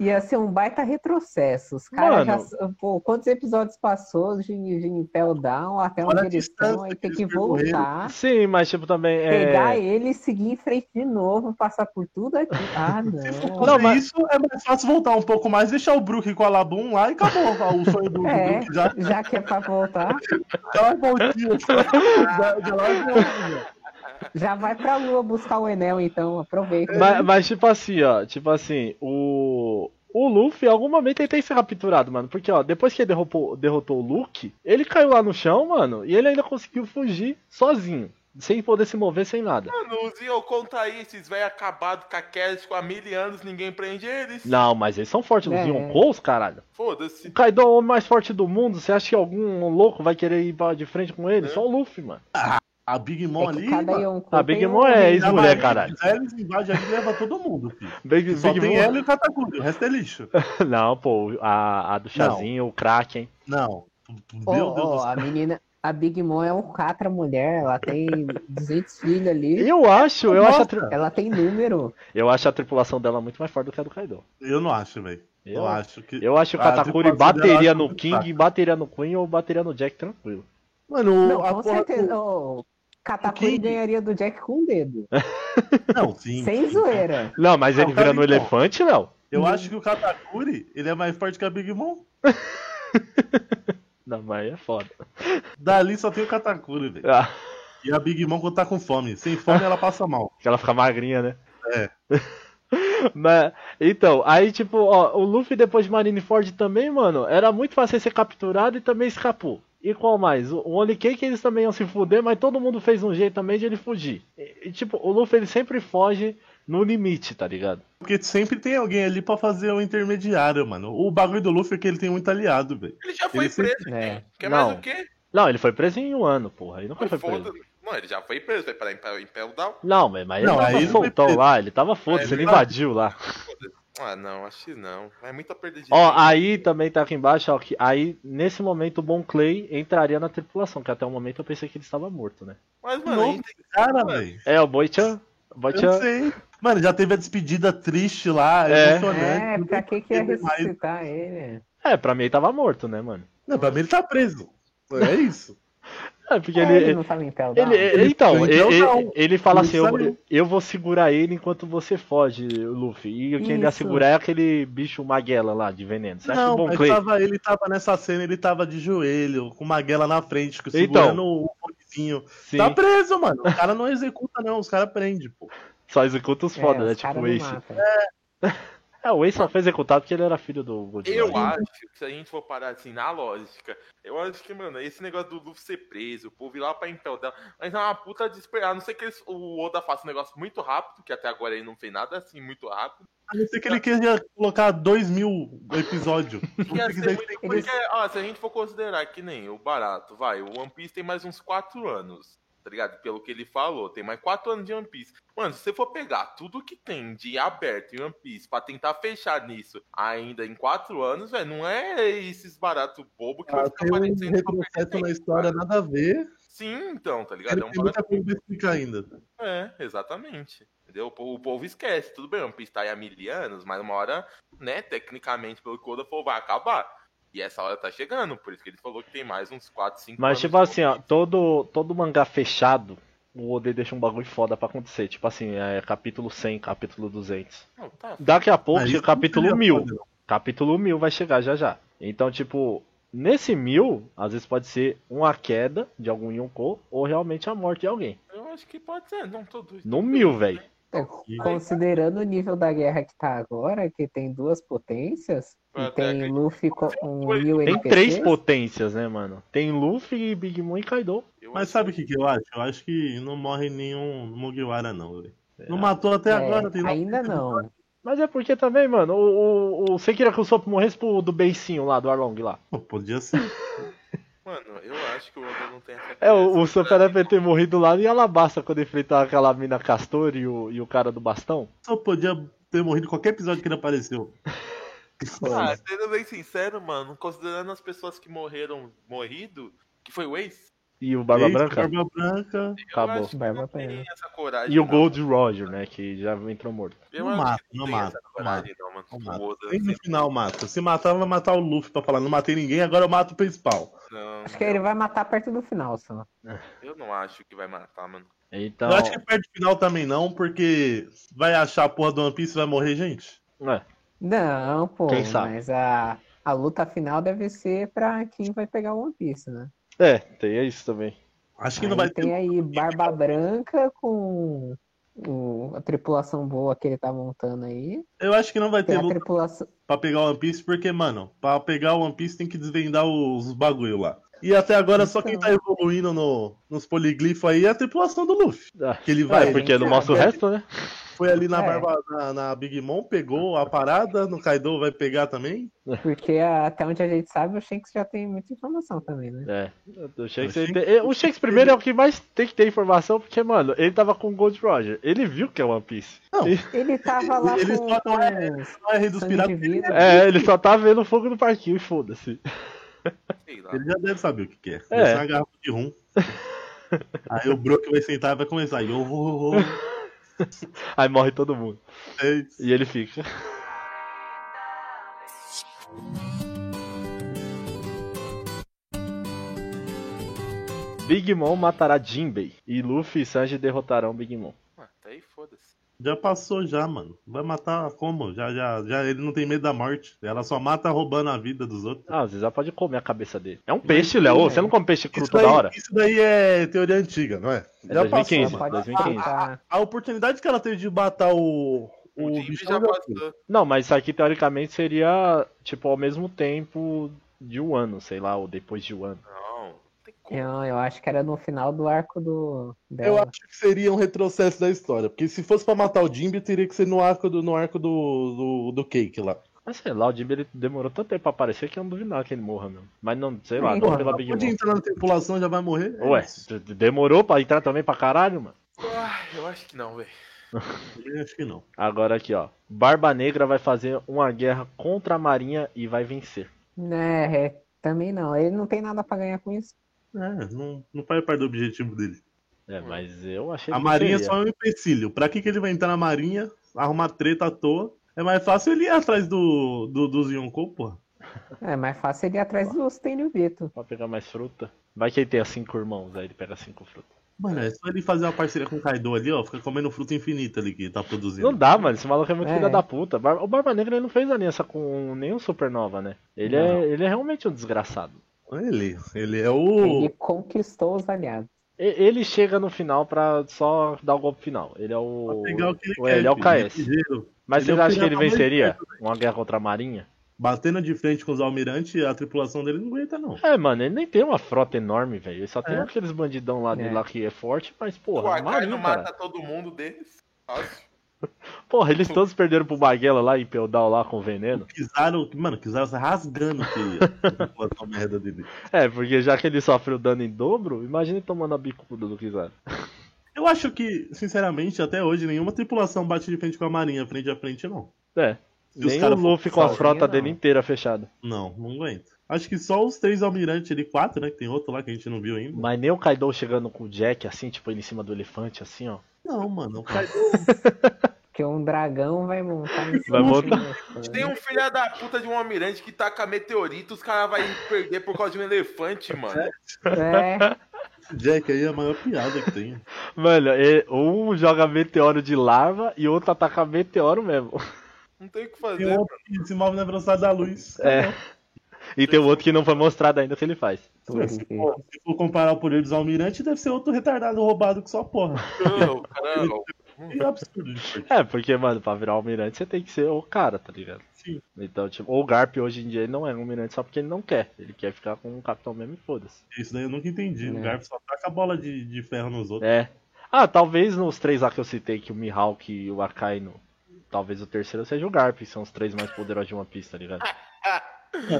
E: ia ser um baita retrocesso. Os caras já.
C: Mano.
E: Pô, quantos episódios passou de, de Impel Down até
D: Olha
E: onde
D: a
E: eles estão?
D: distância
E: Aí
D: que
E: tem que
D: eles percorreram.
E: voltar.
C: Sim, mas tipo também. é-
E: Pegar ele, seguir em frente de novo, passar por tudo aqui. Ah, não.
D: Não,
C: mas-
D: isso é mais fácil voltar um pouco mais, deixar o Brook com a Labum lá e acabou o sonho do, do
E: É.
D: Brook já.
E: Já que é pra voltar,
D: Já vai voltinha. Já, é. já vai voltinha.
E: já vai pra lua buscar o Enel, então aproveita.
C: Mas, mas, tipo assim, ó, tipo assim, o. O Luffy, em algum momento, ele tem que ser capturado, mano. Porque, ó, depois que ele derrotou, derrotou o Luke, ele caiu lá no chão, mano, e ele ainda conseguiu fugir sozinho. Sem poder se mover, sem nada.
B: Mano, o Zio conta aí, esses velhos acabados com a Cassidy com há mil anos, ninguém prende eles.
C: Não, mas eles são fortes, os
E: É.
C: Yonkous, caralho. O
B: Foda-se.
C: Kaido é o homem mais forte do mundo. Você acha que algum louco vai querer ir pra- de frente com ele? Só o Luffy, mano.
D: A Big Mom
E: É que
D: ali.
E: cada
D: mano,
E: Yonkou
C: A Big
E: tem
C: Mom
E: um-
C: é
D: já
C: ex-mulher,
D: vai,
C: caralho.
D: se quiser, Eles invadem ali e leva todo mundo, filho.
C: Big,
D: Só
C: Big
D: tem
C: Mom-
D: ela e o Katakuri, o resto é lixo.
C: Não, pô, a, a do Chazinho, o Kraken.
D: Não. tu- tu-
E: Ó,
D: Meu Deus
E: ó,
D: do céu.
E: a menina, a Big Mom é um catra mulher, ela tem 200 filhos ali,
C: Eu acho, eu acho, a tri-
D: Nossa,
E: ela tem número.
C: eu acho a tripulação dela muito mais forte do que a do Kaido.
D: Eu não acho, velho. Eu acho que.
C: Eu acho que o
D: Ah,
C: Katakuri
D: depois eu
C: bateria
D: acho tá.
C: no
D: muito
C: King,
D: fraco.
C: bateria no Queen ou bateria no Jack tranquilo.
D: Mano,
E: Não,
D: a
E: com
D: porra do-
E: certeza. O Katakuri
D: King-
E: ganharia do Jack com um dedo.
D: Não, sim.
E: Sem zoeira.
C: Não, mas
D: Não,
C: ele vira no
D: peraí, então.
C: elefante, Léo?
D: Eu acho que o Katakuri, ele é mais forte que a Big Mom.
C: Não, mas é foda.
D: Dali só tem o Katakuri, velho.
C: Ah,
D: E a Big Mom quando tá com fome. Sem fome ela passa mal.
C: que ela fica magrinha, né?
D: É.
C: Mas, então, aí tipo, ó, o Luffy depois de Marineford também, mano, era muito fácil ele ser capturado e também escapou. E qual mais? O o Only Cake eles também iam se fuder, mas todo mundo fez um jeito também de ele fugir. E, e, tipo, o Luffy ele sempre foge no limite, tá ligado?
D: Porque sempre tem alguém ali pra fazer o intermediário, mano. O bagulho do Luffy é que ele tem muito aliado, velho.
B: Ele já foi
D: Ele sempre-
B: preso.
E: É.
B: Quer
C: Não.
B: mais o quê?
C: Não, ele foi preso em um ano, porra. Ele nunca foi preso.
B: Foda-se. Não, ele já foi preso, foi pra Impel, Impel Down.
C: Não, mas mas ele
D: Não,
C: tava
D: aí ele
C: soltão
D: foi-
C: lá, ele tava foda-se,
B: É,
C: ele
B: ele-
C: invadiu lá.
B: Ah, não, acho que não. É muita perda de
C: Ó,
B: tempo.
C: aí também tá aqui embaixo, ó, que aí nesse momento o Bon Clay entraria na tripulação, que até o momento eu pensei que ele estava morto, né?
B: Mas, mano, a
D: Nossa,
B: gente tem que
D: cara,
B: mano.
D: velho.
C: É, o Boichan.
D: Eu não
C: Boichan.
D: sei. Mano, já teve a despedida triste lá,
C: É.
E: É, tá
D: emocionante.
E: pra que que ia
D: tem mais.
E: ressuscitar ele?
C: É, pra mim ele tava morto, né, mano?
D: Não, pra mim ele tá preso. É isso.
C: É, porque
E: É,
C: ele.
E: ele
C: ele,
E: não tava em Impel Down.
C: ele- então,
D: Ele-
C: ele, ele,
D: não.
C: ele fala
D: Ele
C: assim: eu,
D: saiu.
C: eu vou segurar ele enquanto você foge, Luffy. E quem ele ia
E: Isso.
C: segurar é aquele bicho maguela lá de veneno. Você acha que é um o
D: não,
C: Bon
D: mas tá-
C: Clay.
D: tava, ele tava nessa cena, ele tava de joelho, com uma guela na frente, segurando
C: Então.
D: o fonezinho.
C: Sim,
D: Tá preso, mano. Os caras não executa, não. Os caras prendem, pô.
C: só executa os
E: É,
C: foda,
E: os
C: né? Tipo
E: cara
C: o
E: não
C: Ace.
E: mata.
C: É, o Ace só foi executado porque ele era filho do
B: Eu
C: Goldilocks.
B: acho que se a gente for parar assim na lógica, eu acho que, mano, esse negócio do Luffy ser preso, o povo ir lá pra Impel Down, mas é uma puta desesperada. A não ser que eles- o Oda faça um negócio muito rápido, que até agora ele não fez nada assim muito rápido.
D: A não ser que ele queria colocar dois mil episódios.
B: tá. Ia ser muito-
E: Eles-
B: Porque, ó, se a gente for considerar que nem o barato, vai, o One Piece tem mais uns 4 anos, tá ligado? Pelo que ele falou, tem mais 4 anos de One Piece. Mano, se você for pegar tudo que tem de aberto em One Piece pra tentar fechar nisso ainda em 4 anos, velho, não é esses barato bobo que vai ficar
D: Tem um
B: aparecendo só pra
D: retrocesso
B: perder
D: na
B: tempo.
D: história, nada a ver.
B: Sim, então, tá ligado? É,
D: Ele
B: um barato...
D: tem muita coisa pra explicar ainda.
B: é exatamente. Entendeu? O povo, o povo esquece, tudo bem, One Piece tá aí há mil anos, mas uma hora, né, tecnicamente, pelo que o Oda falou, vai acabar. E essa hora tá chegando, por isso que ele falou que tem mais uns 4, 5
C: Mas, tipo assim, ó, todo, todo mangá fechado, o Oda deixa um bagulho foda pra acontecer. Tipo assim, é capítulo 100, capítulo 200.
B: Não, tá.
C: Daqui a pouco
D: Aí
C: chega o
D: isso
C: capítulo
D: não seria
C: 1000.
D: foda,
C: Capítulo 1000 vai chegar já já. Então, tipo, nesse 1000, às vezes pode ser uma queda de algum Yonkou ou realmente a morte de alguém.
B: Eu acho que pode ser, não tô doido.
C: No 1000, velho.
E: Então,
D: E-
E: Considerando o nível da guerra que tá agora, que tem duas potências,
B: Eu
E: e
B: até
E: tem
B: acredito.
E: Luffy com um Will
C: Tem três
E: NPCs,
C: potências, né, mano? Tem Luffy, Big Mom e Kaido.
B: Eu
D: Mas
B: acho
D: sabe o que, que eu acho? Eu acho que não morre nenhum Mugiwara, não, velho. Não
C: É.
D: matou até
E: é,
D: agora, tem
E: ainda não.
C: Mas é porque também, mano, o, o, o Sekira Kusopo morresse pro do beicinho lá, do Arlong lá.
D: Pô, Podia ser.
B: Mano, eu acho que o Oda não tem essa
C: É,
B: cabeça,
C: o, o Sokka
B: cara.
C: deve ter morrido lá em Alabasta quando enfrentar aquela mina Castor e o, e o cara do bastão.
D: Só podia ter morrido em qualquer episódio que ele apareceu.
B: Ah, sendo bem sincero, mano, considerando as pessoas que morreram morrido, que foi o Ace,
C: E o Barba
D: Eita,
C: Branca?
D: Barba Branca.
B: eu
C: Acabou.
B: acho que
E: Barba
B: não tem
E: Branca.
B: essa coragem.
C: E o
B: não.
C: Gold Roger, né? Que já entrou morto.
B: Eu
D: Não
B: acho
D: mata,
B: que
D: não
B: tem
D: mata,
B: essa
D: não
B: coragem, não, mano.
D: não
B: O
D: mata.
B: Oda,
D: Nem no
B: sempre-
D: final mata. Se matar, vai matar o Luffy pra falar, não matei ninguém, agora eu mato o principal.
B: não,
E: Acho que é ele vai matar perto do final só.
B: eu não acho que vai matar, mano.
C: Então.
D: Eu acho que é perto do final também não, porque vai achar a porra do One Piece e vai morrer gente.
C: é.
E: Não, pô,
C: Quem sabe?
E: mas a, a luta final deve ser pra quem vai pegar o One Piece, né?
C: É, tem isso também.
D: Acho que não
E: Aí
D: vai
E: tem
D: ter.
E: aí Barba Branca com o- a tripulação boa que ele tá montando aí.
D: Eu acho que não vai
E: Tem
D: ter
E: a
D: luta
E: tripulação.
D: pra pegar o One Piece, porque, mano, pra pegar o One Piece tem que desvendar os bagulho lá. E até agora só quem tá
E: Então.
D: evoluindo no, nos poliglifos aí é a tripulação do Luffy.
C: Ah,
D: Que ele
C: É,
D: vai.
C: porque não mostra o resto, né?
D: Foi ali na,
E: É.
D: barba, na, na Big Mom, pegou a parada, no Kaido vai pegar também.
E: Porque a- até onde a gente sabe, o Shanks já tem muita informação também, né?
C: É. O Shanks,
D: O
C: ele tem- é, o Shanks primeiro é o que mais tem que ter informação, porque, mano, ele tava com o Gold Roger. Ele viu que é One Piece.
E: Ele tava lá
D: Ele
E: com,
D: só não é-
E: com
D: Não é rei dos
E: sangue
D: piratas,
E: de vida.
C: É, ele só tá vendo fogo no parquinho e foda-se.
B: Sei lá.
D: ele já deve saber o que que é. Deve ser uma garrafa de rum. Aí o Brook vai sentar e vai começar. Yo, ho, ho, ho,
C: Aí morre todo mundo.
D: é isso.
C: E ele fica. Big Mom matará Jinbei e Luffy e Sanji derrotarão Big Mom.
B: Ué, Até aí foda-se.
D: Já passou já, mano. Vai matar como? Já, já, já ele não tem medo da morte. Ela só mata roubando a vida dos outros.
C: Ah, às vezes ela pode comer a cabeça dele. É um peixe, Léo. Ô, Você não come peixe cru
D: Isso
C: toda
D: daí,
C: hora?
D: isso daí é teoria antiga, não é?
C: É
D: já
C: 2015,
D: passou, mano.
E: Pode
C: 2015.
E: matar.
D: A oportunidade que ela teve de matar o.
B: O,
D: O
B: time
D: bicho é
B: já passou.
C: Não, mas isso aqui teoricamente seria, tipo, ao mesmo tempo de um ano, sei lá, ou depois de um ano.
B: Não, não tem como.
E: Não, eu acho que era no final do arco do
D: Eu
E: dela.
C: É.
D: acho que seria um retrocesso da história. Porque se fosse pra matar o Jimby, teria que ser no arco do, no arco do, do, do Cake lá.
C: Mas sei lá, o Jinbei ele demorou tanto tempo pra aparecer que eu não duvido nada que ele morra mesmo. Mas não, sei lá, não
D: Porra,
C: pela Big
D: pode
C: Mom.
D: entrar na tripulação, já vai morrer. É
C: Ué,
D: isso.
C: d- d- demorou pra entrar também pra caralho, mano.
B: Ah, eu acho que não, velho.
D: Eu acho que não.
C: Agora aqui, ó. Barba Negra vai fazer uma guerra contra a Marinha e vai vencer.
E: Né, é, também não. Ele não tem nada pra ganhar com isso.
D: É, não, não faz parte do objetivo dele.
E: Hum.
C: É, mas eu achei
D: A
C: que
D: Marinha
C: seria.
D: só é um empecilho. Pra que, que ele vai entrar na Marinha, arrumar treta à toa? É mais fácil ele ir atrás do, do, dos Yonkou, porra.
E: É mais fácil ele ir atrás dos Tenryu Vito.
C: Pra pegar mais fruta. Vai que ele tenha cinco irmãos, aí ele pega cinco frutas.
D: Mano, é só ele fazer uma parceria com o Kaido ali, ó. Fica comendo fruta infinita ali que ele tá produzindo.
C: Não dá, mano. Esse maluco é muito
E: É.
C: filho da puta. Bar- O Barba Negra ele não fez aliança com nenhum supernova, né? Ele, é, ele é realmente um desgraçado.
D: Ele, ele é o.
E: Ele conquistou os aliados.
C: E- Ele chega no final pra só dar o golpe final. Ele é
D: pra
C: o.
D: pegar o que ele
C: o-
D: quer.
C: ele é o
D: filho.
C: KS.
D: ligeiro.
C: Mas
D: ele é
C: vocês
D: o
C: acham que ele
D: filho da mãe
C: venceria uma guerra contra a Marinha?
D: Batendo de frente com os almirantes, a tripulação dele não aguenta, não.
C: É, mano, ele nem tem uma frota enorme, velho. Ele só tem
D: É.
C: aqueles bandidão lá dele
E: É.
C: lá que é forte, mas,
B: O
C: porra, a
B: Akai não
C: Marinha, cara.
B: mata todo mundo deles. Fácil.
C: Porra, eles todos perderam pro Baguela lá em Peudal lá com veneno.
D: Kizaru, mano, Kizaru tá rasgando que a tripulação merda dele.
C: É, porque já que ele sofreu dano em dobro, imagina ele tomando a bicuda do Kizaru.
D: Eu acho que, sinceramente, até hoje, nenhuma tripulação bate de frente com a marinha, frente a frente, não.
C: É.
D: E os
C: Nem o
D: cara
C: Luffy com a
E: sozinho,
C: frota
E: não.
C: dele inteira fechada.
D: Não, não aguento. Acho que só os três almirantes ali, quatro, né? Que tem outro lá que a gente não viu ainda.
C: Mas nem o Kaido chegando com o Jack, assim, tipo, ele em cima do elefante, assim, ó.
D: Não, mano. o Kaido-
E: Porque um dragão vai montar em
C: Vai
E: cima de
C: montar.
E: um elefante.
B: Tem um filho da puta de um almirante que taca meteorito, os caras vão perder por causa de um elefante, mano.
E: É,
D: Esse Jack aí é a maior piada que tem.
C: Mano, e- um joga meteoro de larva e outro ataca meteoro mesmo.
B: Não tem o que
D: Tem um
B: fazer.
D: outro que se move na velocidade da luz.
C: É. E tem o outro que não foi mostrado ainda o que ele faz.
E: tudo
D: Se
E: bem.
D: for, se for comparar o poder dos almirantes, deve ser outro retardado roubado que só porra.
B: Não, o cara-
D: Que absurdo. gente.
C: É, porque, mano, pra virar almirante você tem que ser o cara, tá ligado?
D: Sim.
C: Então, tipo, o Garp hoje em dia ele não é um almirante só porque ele não quer. Ele quer ficar com o capitão mesmo e foda-se.
D: Isso daí eu nunca entendi. O
E: É.
D: Garp só taca a bola de, de ferro nos outros.
C: É. Ah, talvez nos três lá que eu citei, que o Mihawk e o Akainu Talvez o terceiro seja o Garp, que são os três mais poderosos de uma pista, tá ligado?
D: Pra
B: É.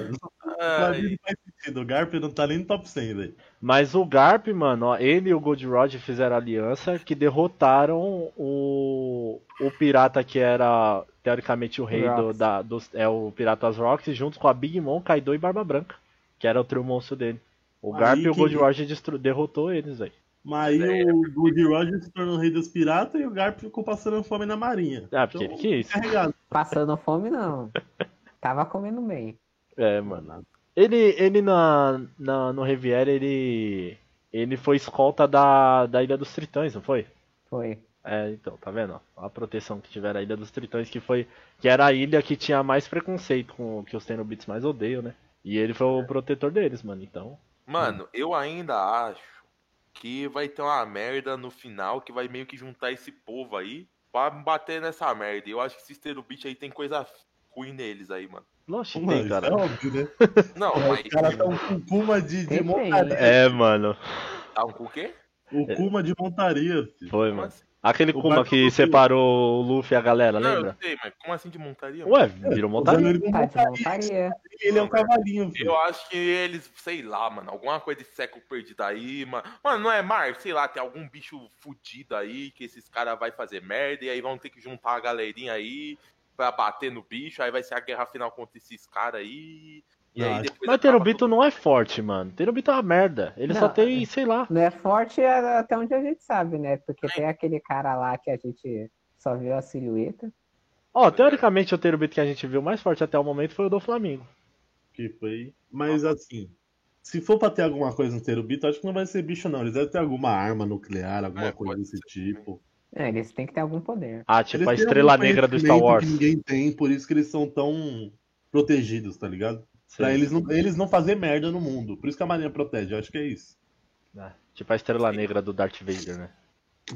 B: Ai,
D: mim não faz sentido. O Garp não tá nem no top 100, velho.
C: Mas o Garp, mano, ó, ele e o Goldrod fizeram aliança que derrotaram o, o pirata que era teoricamente o rei do,
E: Rocks.
C: da, dos, é o Piratas Rocks, junto com a Big Mom, Kaido e Barba Branca, que era o trio monstro dele. O
D: Aí
C: Garp e o
D: que-
C: Goldrod destru- derrotou eles, velho.
D: Mas aí o Gold Roger se tornou o rei dos piratas e o Garp ficou passando fome na marinha.
C: Ah, porque ele
D: Então,
C: quis.
D: Carregado.
E: Passando fome, não. Tava comendo bem.
D: Hum.
C: É, mano. Ele, ele na, na, no Riviera, ele. Ele foi escolta da, da Ilha dos Tritões, não foi?
E: Foi.
C: É, então, tá vendo? ó? A proteção que tiveram a Ilha dos Tritões, que foi. Que era a ilha que tinha mais preconceito com que os Tenobits mais odeiam, né? E ele foi
D: É.
C: o protetor deles, mano. Então.
B: Mano, eu ainda acho que vai ter uma merda no final que vai meio que juntar esse povo aí pra bater nessa merda. E Eu acho que esses terubits aí tem coisa ruim neles aí, mano.
C: Lógico que
D: Mano,
C: tem,
D: isso
C: cara.
D: é óbvio, né?
B: Não, mas.
D: Os caras estão com Kuma de, de
E: Tem, tem.
D: montaria.
C: É, mano.
B: Tá um com o quê?
D: O Kuma de montaria, filho.
C: Foi,
B: Como
C: mano.
B: assim?
C: Aquele
D: O
C: Kuma
D: barco
C: que
D: do-
C: separou o Luffy e a galera,
B: Não, eu
C: lembra?
B: sei, mas como assim de montaria? mano?
C: Ué, virou
D: Usando
C: montaria.
D: ele como
E: Tá de
D: montaria.
E: montaria.
D: Ele é um cavalinho, filho.
B: Eu acho que eles, sei lá, mano, alguma coisa de século perdido aí, mano. Mano, não é mar, sei lá, tem algum bicho fudido aí que esses caras vai fazer merda e aí vão ter que juntar a galerinha aí pra bater no bicho, aí vai ser a guerra final contra esses caras aí. E
D: Não,
B: aí
D: acho-
B: depois
C: Mas
B: acaba
C: Terobito
B: tudo.
C: não é forte, mano. Terobito é uma merda. Ele só
E: Não,
C: tem, sei lá.
E: Não é forte é até onde a gente sabe, né?
D: É.
E: Porque tem aquele cara lá que a gente só viu a silhueta.
C: Ó, teoricamente o Terubito que a gente viu mais forte até o momento foi o do Flamengo.
D: Que foi. Mas assim, se for pra ter alguma coisa no Terubito, acho que não vai ser bicho, não. Eles devem ter alguma arma nuclear, alguma
B: É,
D: coisa
B: pode
D: desse
B: ser
D: tipo.
E: É, eles têm que ter algum poder.
C: Ah, tipo
D: Eles
C: a
D: têm
C: estrela
D: algum
C: negra do Star
D: conhecimento
C: Wars.
D: Que ninguém tem, por isso que eles são tão protegidos, tá ligado?
C: Sei.
D: Pra eles não, eles não fazer merda no mundo. Por isso que a Marinha protege, eu acho que é isso.
C: Ah, tipo a estrela negra do Darth Vader, né?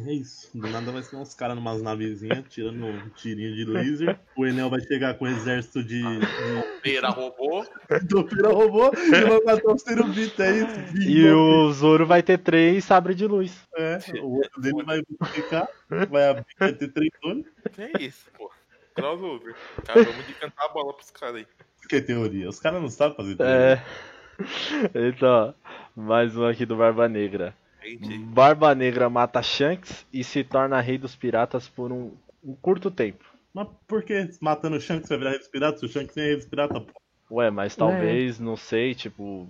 D: É isso. Do nada vai ser uns caras numas navezinhas tirando um tirinho de laser. O Enel vai chegar com um exército de. de
B: Beira robô.
D: topeira robô e vai matar os Terubito. É isso.
C: E o Zoro vai ter três sabre de luz.
D: É, o outro dele vai multiplicar, vai abrir, vai ter três olhos.
B: Que é isso, pô. Crossover. Acabamos de cantar a bola pros caras aí.
D: Isso que é teoria. Os caras não sabem fazer teoria.
C: É. Então, mais um aqui do Barba Negra.
B: Gente,
C: Barba Negra mata Shanks e se torna rei dos piratas por um, um curto tempo.
D: Mas por que matando o Shanks vai virar rei dos piratas? Se o Shanks nem é rei dos piratas, pô.
C: Ué,
D: É.
C: mas talvez, não sei, tipo.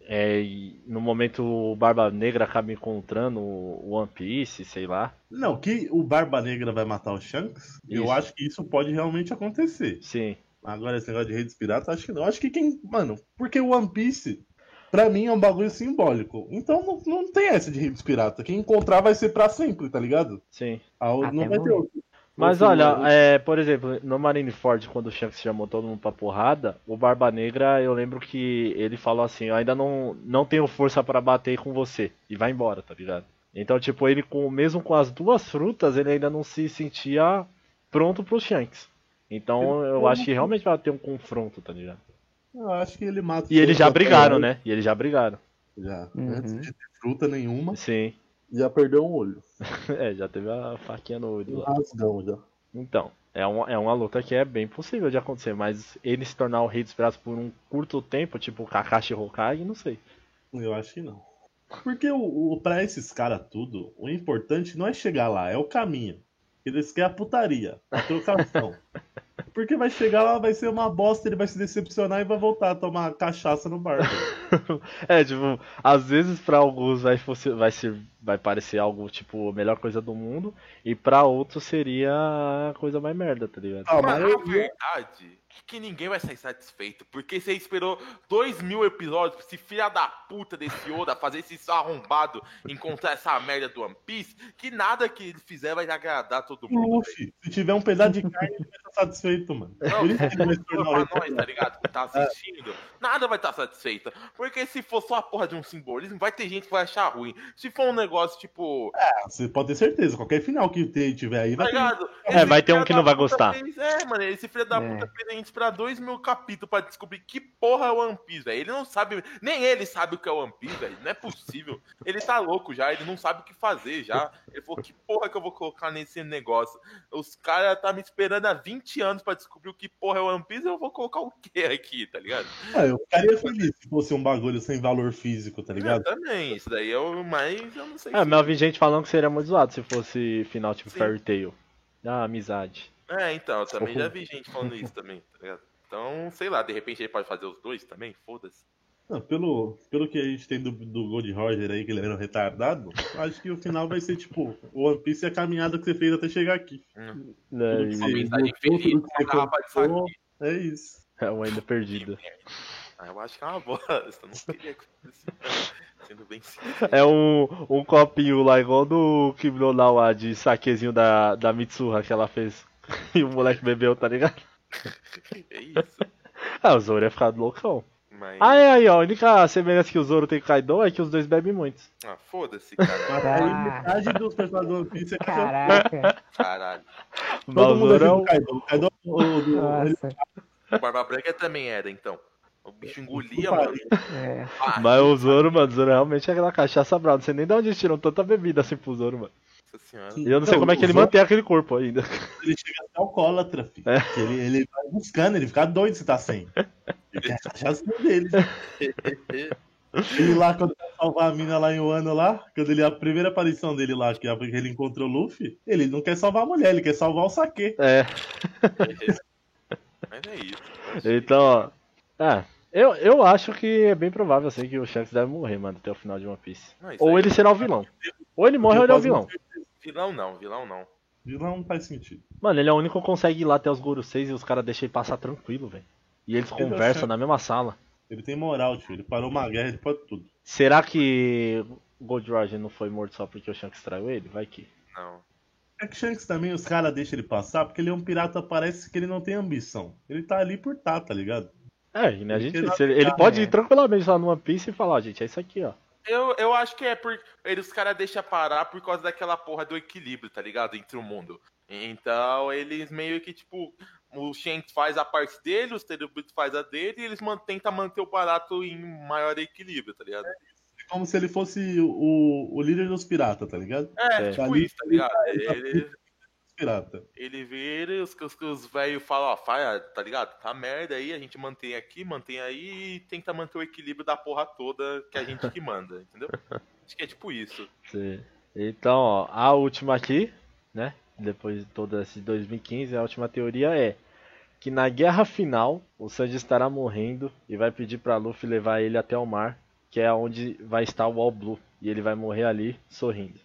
C: É, e no momento o Barba Negra acaba encontrando o One Piece, sei lá.
D: Não, que o Barba Negra vai matar o Shanks, eu
C: Isso.
D: acho que isso pode realmente acontecer.
C: Sim.
D: Agora, esse negócio de rei dos piratas, acho que não. Acho que quem. Mano, porque o One Piece, pra mim, é um bagulho simbólico. Então não, não tem essa de rei dos piratas. Quem encontrar vai ser pra sempre, tá ligado?
C: Sim.
D: A o-
E: Até
D: não vai ter
E: morrer.
D: outro.
C: Mas
D: Outro-
C: olha, é, por exemplo, no Marineford, quando o Shanks chamou todo mundo pra porrada, o Barba Negra, eu lembro que ele falou assim, eu ainda não, não tenho força pra bater com você, e vai embora, tá ligado? Então, tipo, ele com mesmo com as duas frutas, ele ainda não se sentia pronto pro Shanks. Então, eu acho que realmente vai ter um confronto, tá ligado?
D: Eu acho que ele mata.
C: E eles já
D: todos os
C: brigaram, né? E eles já brigaram.
D: Já.
E: Uhum.
D: Antes de ter fruta nenhuma,
C: Sim.
D: já perdeu um olho.
C: É, já teve a faquinha no olho
D: Um
C: lá.
D: rasgão já.
C: Então, é uma, é uma luta que é bem possível de acontecer, mas ele se tornar o rei dos piratas por um curto tempo, tipo Kakashi Hokage, não sei.
D: Eu acho que não. Porque o, o, pra esses caras tudo, o importante não é chegar lá, é o caminho. Eles querem a putaria, a trocação. Porque vai chegar lá, vai ser uma bosta, ele vai se decepcionar e vai voltar a tomar cachaça no bar.
C: É, tipo, às vezes pra alguns vai, fosse- vai, ser, vai parecer algo, tipo, a melhor coisa do mundo, e pra outros seria a coisa mais merda, tá ligado?
D: Ah, mas
B: Mas a
D: eu-
B: verdade é que ninguém vai sair satisfeito, porque você esperou dois mil episódios pra esse filha da puta desse Oda fazer esse só arrombado encontrar essa merda do One Piece, que nada que ele fizer vai agradar todo
D: o
B: mundo.
D: Luffy, se tiver um pedaço de carne, ele vai estar satisfeito, mano.
B: Não,
D: Por isso que ele É. vai se
B: Pra
D: tornar o
B: nós,
D: rei.
B: tá ligado? Que tá assistindo, nada vai estar satisfeita. Porque se for só a porra de um simbolismo, vai ter gente que vai achar ruim. Se for um negócio tipo.
D: Você pode ter certeza, qualquer final que te- tiver aí
B: Tá
D: vai ter.
B: ligado?
C: É,
B: Esse
C: vai ter um
B: filho
C: que
B: da
C: não vai
B: puta
C: gostar.
B: fez- é, mano, esse filho da
E: É.
B: puta fez a gente pra dois mil capítulos pra descobrir que porra é One Piece, velho. Ele não sabe, nem ele sabe o que é One Piece, velho. Não é possível. Ele tá louco já, ele não sabe o que fazer já. Ele falou, que porra que eu vou colocar nesse negócio? Os caras tá me esperando há 20 anos pra descobrir o que porra é One Piece, eu vou colocar o que aqui, tá ligado?
D: Ah, eu ficaria feliz se fosse um bagulho sem valor físico, tá
B: Eu
D: ligado?
B: também, isso daí é o mais, eu não sei
C: É,
B: se-
C: mas eu vi gente falando que seria muito zoado se fosse final tipo
B: Sim.
C: Fairy Tail. Ah, amizade.
B: É, então, eu também já vi gente falando isso também, tá ligado? Então, sei lá, de repente ele pode fazer os dois também, foda-se.
D: Não, pelo, pelo que a gente tem do, do Gold Roger aí, que ele era um retardado, acho que o final vai ser tipo: o One Piece é a caminhada que você fez até chegar aqui.
C: Né,
D: Tudo que
B: É, Uma
D: Sim,
C: e-
B: mensagem
D: no
B: feliz,
D: futuro que
B: uma garrafa de
D: você
B: saquinho.
D: É isso.
C: É uma ainda perdida.
B: Ah, eu acho que é uma bosta, não queria que fosse. Sendo bem sincero.
C: É um, um copinho lá, igual do Kim no Na wa de saquezinho da, da Mitsuha que ela fez. E o moleque bebeu, tá ligado?
B: É isso.
C: Ah, o Zoro ia ficar loucão.
B: Mas.
C: Ah, é aí, ó. A única semelhança que o Zoro tem com o Kaido é que os dois bebem muito.
B: Ah, foda-se, cara.
D: Mas aí É metade dos personagens do One Piece é que
E: Caraca,
B: Caralho.
C: Mas o
D: todo mundo
C: Zoro
D: é
C: é
D: do
C: um...
D: Kaido. O Kaido é o- o- do- ele
E: nossa.
B: O Barba Branca também era, então. O bicho engolia,
D: Opa,
B: mano.
E: É.
B: Ah,
C: Mas o Zoro, mano, o Zoro realmente é aquela cachaça brava. Não sei nem de onde eles tiram tanta bebida assim pro Zoro, mano.
B: Nossa senhora.
C: E eu não sei
D: Não,
C: como é que
D: o
C: ele
D: Zoro-
C: mantém aquele corpo ainda.
D: Ele chega até alcoólatra, filho. Que Ele, ele vai buscando, ele fica doido se tá sem. Ele quer a cachaça dele. Ele lá, quando vai salvar a mina lá em Wano lá, quando ele a primeira aparição dele lá, que é a- que ele encontrou o Luffy, ele não quer salvar a mulher, ele quer salvar o Saque.
C: É.
B: Mas é isso. eu acho
C: Então, ó. Ah, eu, eu acho que é bem provável assim, que o Shanks deve morrer, mano, até o final de One Piece.
B: que- Não, isso
C: Ou
B: aí-
C: ele será o vilão. Ou ele morre ou ele é o vilão.
B: Vilão não, vilão não.
D: Vilão não faz sentido.
C: Mano, ele é o único que consegue ir lá até os Goro 6 e os caras deixam ele passar tranquilo, velho. E eles conversam na mesma sala.
D: Ele tem moral, tio. Ele parou uma guerra, ele pode tudo.
C: Será que o Gold Roger não foi morto só porque o Shanks traiu ele? Vai que.
B: Não.
D: É que Shanks também, os caras deixam ele passar, porque ele é um pirata, parece que ele não tem ambição. Ele tá ali por tá, tá ligado?
C: É, né, a gente,
D: Ele
C: se ele, ele
D: tá,
C: pode
E: né?
C: ir tranquilamente lá no One Piece e falar, ó, gente, é isso aqui, ó.
B: Eu, eu acho que é porque eles, os caras deixam parar por causa daquela porra do equilíbrio, tá ligado? Entre o mundo. Então eles meio que, tipo, o Shanks faz a parte dele, o Steelbook faz a dele, e eles man tentam manter o barato em maior equilíbrio, tá ligado?
D: É como se ele fosse o, o líder dos piratas, tá ligado?
B: É,
C: É.
B: tipo
D: Ali-
B: isso, tá ligado? Ele,
D: Dos piratas.
B: ele vira e os, os, os velhos falam, ó, faz, tá ligado? Tá merda aí, a gente mantém aqui, mantém aí e tenta manter o equilíbrio da porra toda que a gente que manda, entendeu? Acho que é tipo isso.
C: Sim. Então, ó, a última aqui, né? Depois de toda essa de 2015, a última teoria é que na guerra final o Sanji estará morrendo e vai pedir pra Luffy levar ele até o mar, que é onde vai estar o All Blue, e ele vai morrer ali sorrindo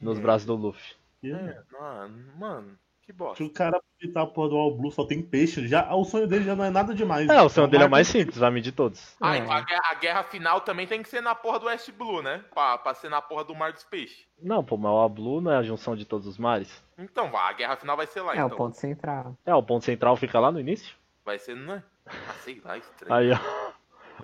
C: nos braços do Luffy.
D: E aí?
B: É, mano, mano, que
D: Que
B: bosta.
D: o cara pintar a porra do All Blue só tem peixe. Já, o sonho dele já não é nada demais.
C: É, o sonho dele é o mais simples, vai medir todos.
B: Ah,
E: É.
B: então a guerra, a guerra final também tem que ser na porra do West Blue, né? Pra, pra ser na porra do Mar dos Peixes.
C: Não, pô, mas o All Blue não é a junção de todos os mares?
B: Então, vá, a guerra final vai ser lá,
E: É o
B: então.
E: ponto central.
C: É, o ponto central fica lá no início?
B: Vai ser, né? Ah, sei lá, estranho.
C: Aí, ó.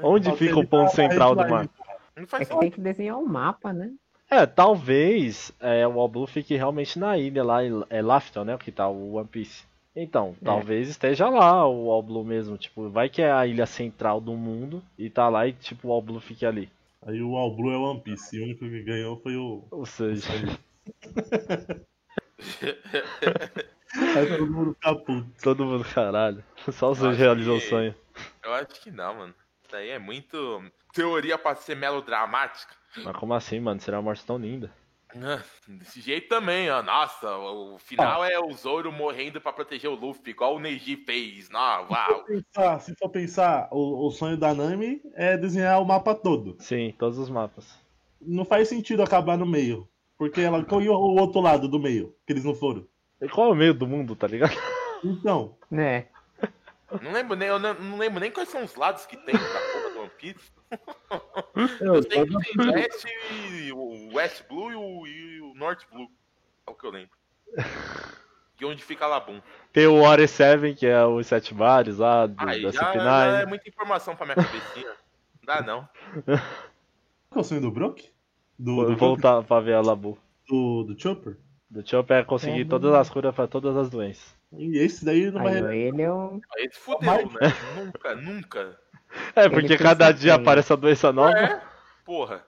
C: Onde fica o ponto central do mar?
B: Não
E: É
B: faz
E: que tem que desenhar um mapa, né?
C: É, talvez é, o All Blue fique realmente na ilha lá, em- é Lafton, né? Que tá o One Piece. Então,
E: É.
C: talvez esteja lá o All Blue mesmo. Tipo, vai que é a ilha central do mundo e tá lá e tipo o All Blue fique ali.
D: Aí o All Blue é o One Piece. E o único que ganhou foi o.
C: Ou seja,
D: Aí todo mundo fica puto.
C: todo mundo, caralho. Só o Sanji
B: acho
C: realizou o
B: que-
C: sonho.
B: Eu acho que não, mano. Isso aí é muito teoria pra ser melodramática.
C: Mas como assim, mano? Será uma morte tão linda?
B: Ah, Desse jeito também, ó. Nossa, o o final é o Zoro morrendo pra proteger o Luffy, igual o Neji fez. Não, uau.
D: Pensar, se for pensar, o, o sonho da Nami é desenhar o mapa todo.
C: Sim, todos os mapas.
D: Não faz sentido acabar no meio. Porque ela. Qual e o o outro lado do meio? Que eles não foram.
C: E qual é o meio do mundo, tá ligado?
D: Então,
E: É.
B: Não lembro nem, eu não, não lembro nem quais são os lados que tem da porra do One Piece. Eu sei que tem o West, e o West Blue e o, e o North Blue. É o que eu lembro. que onde fica Labum.
C: Tem o Water Seven, que é os sete bares lá do,
B: Aí
C: da
B: já,
C: cp
B: já é muita informação pra minha cabecinha. Não dá não.
D: Qual é o sonho do Brook?
B: é
D: Do, do,
C: Vou Voltar pra ver a Labu.
D: do, do Chopper?
C: Do Chopper é conseguir
E: Uhum.
C: todas as curas pra todas as doenças.
D: E esse daí não vai.
E: Aí ele é um.
B: Aí se fudeu, né? Nunca, nunca.
C: É,
E: Ele
C: porque
E: pensa
C: cada dia
E: assim.
C: aparece a doença nova.
B: É, porra.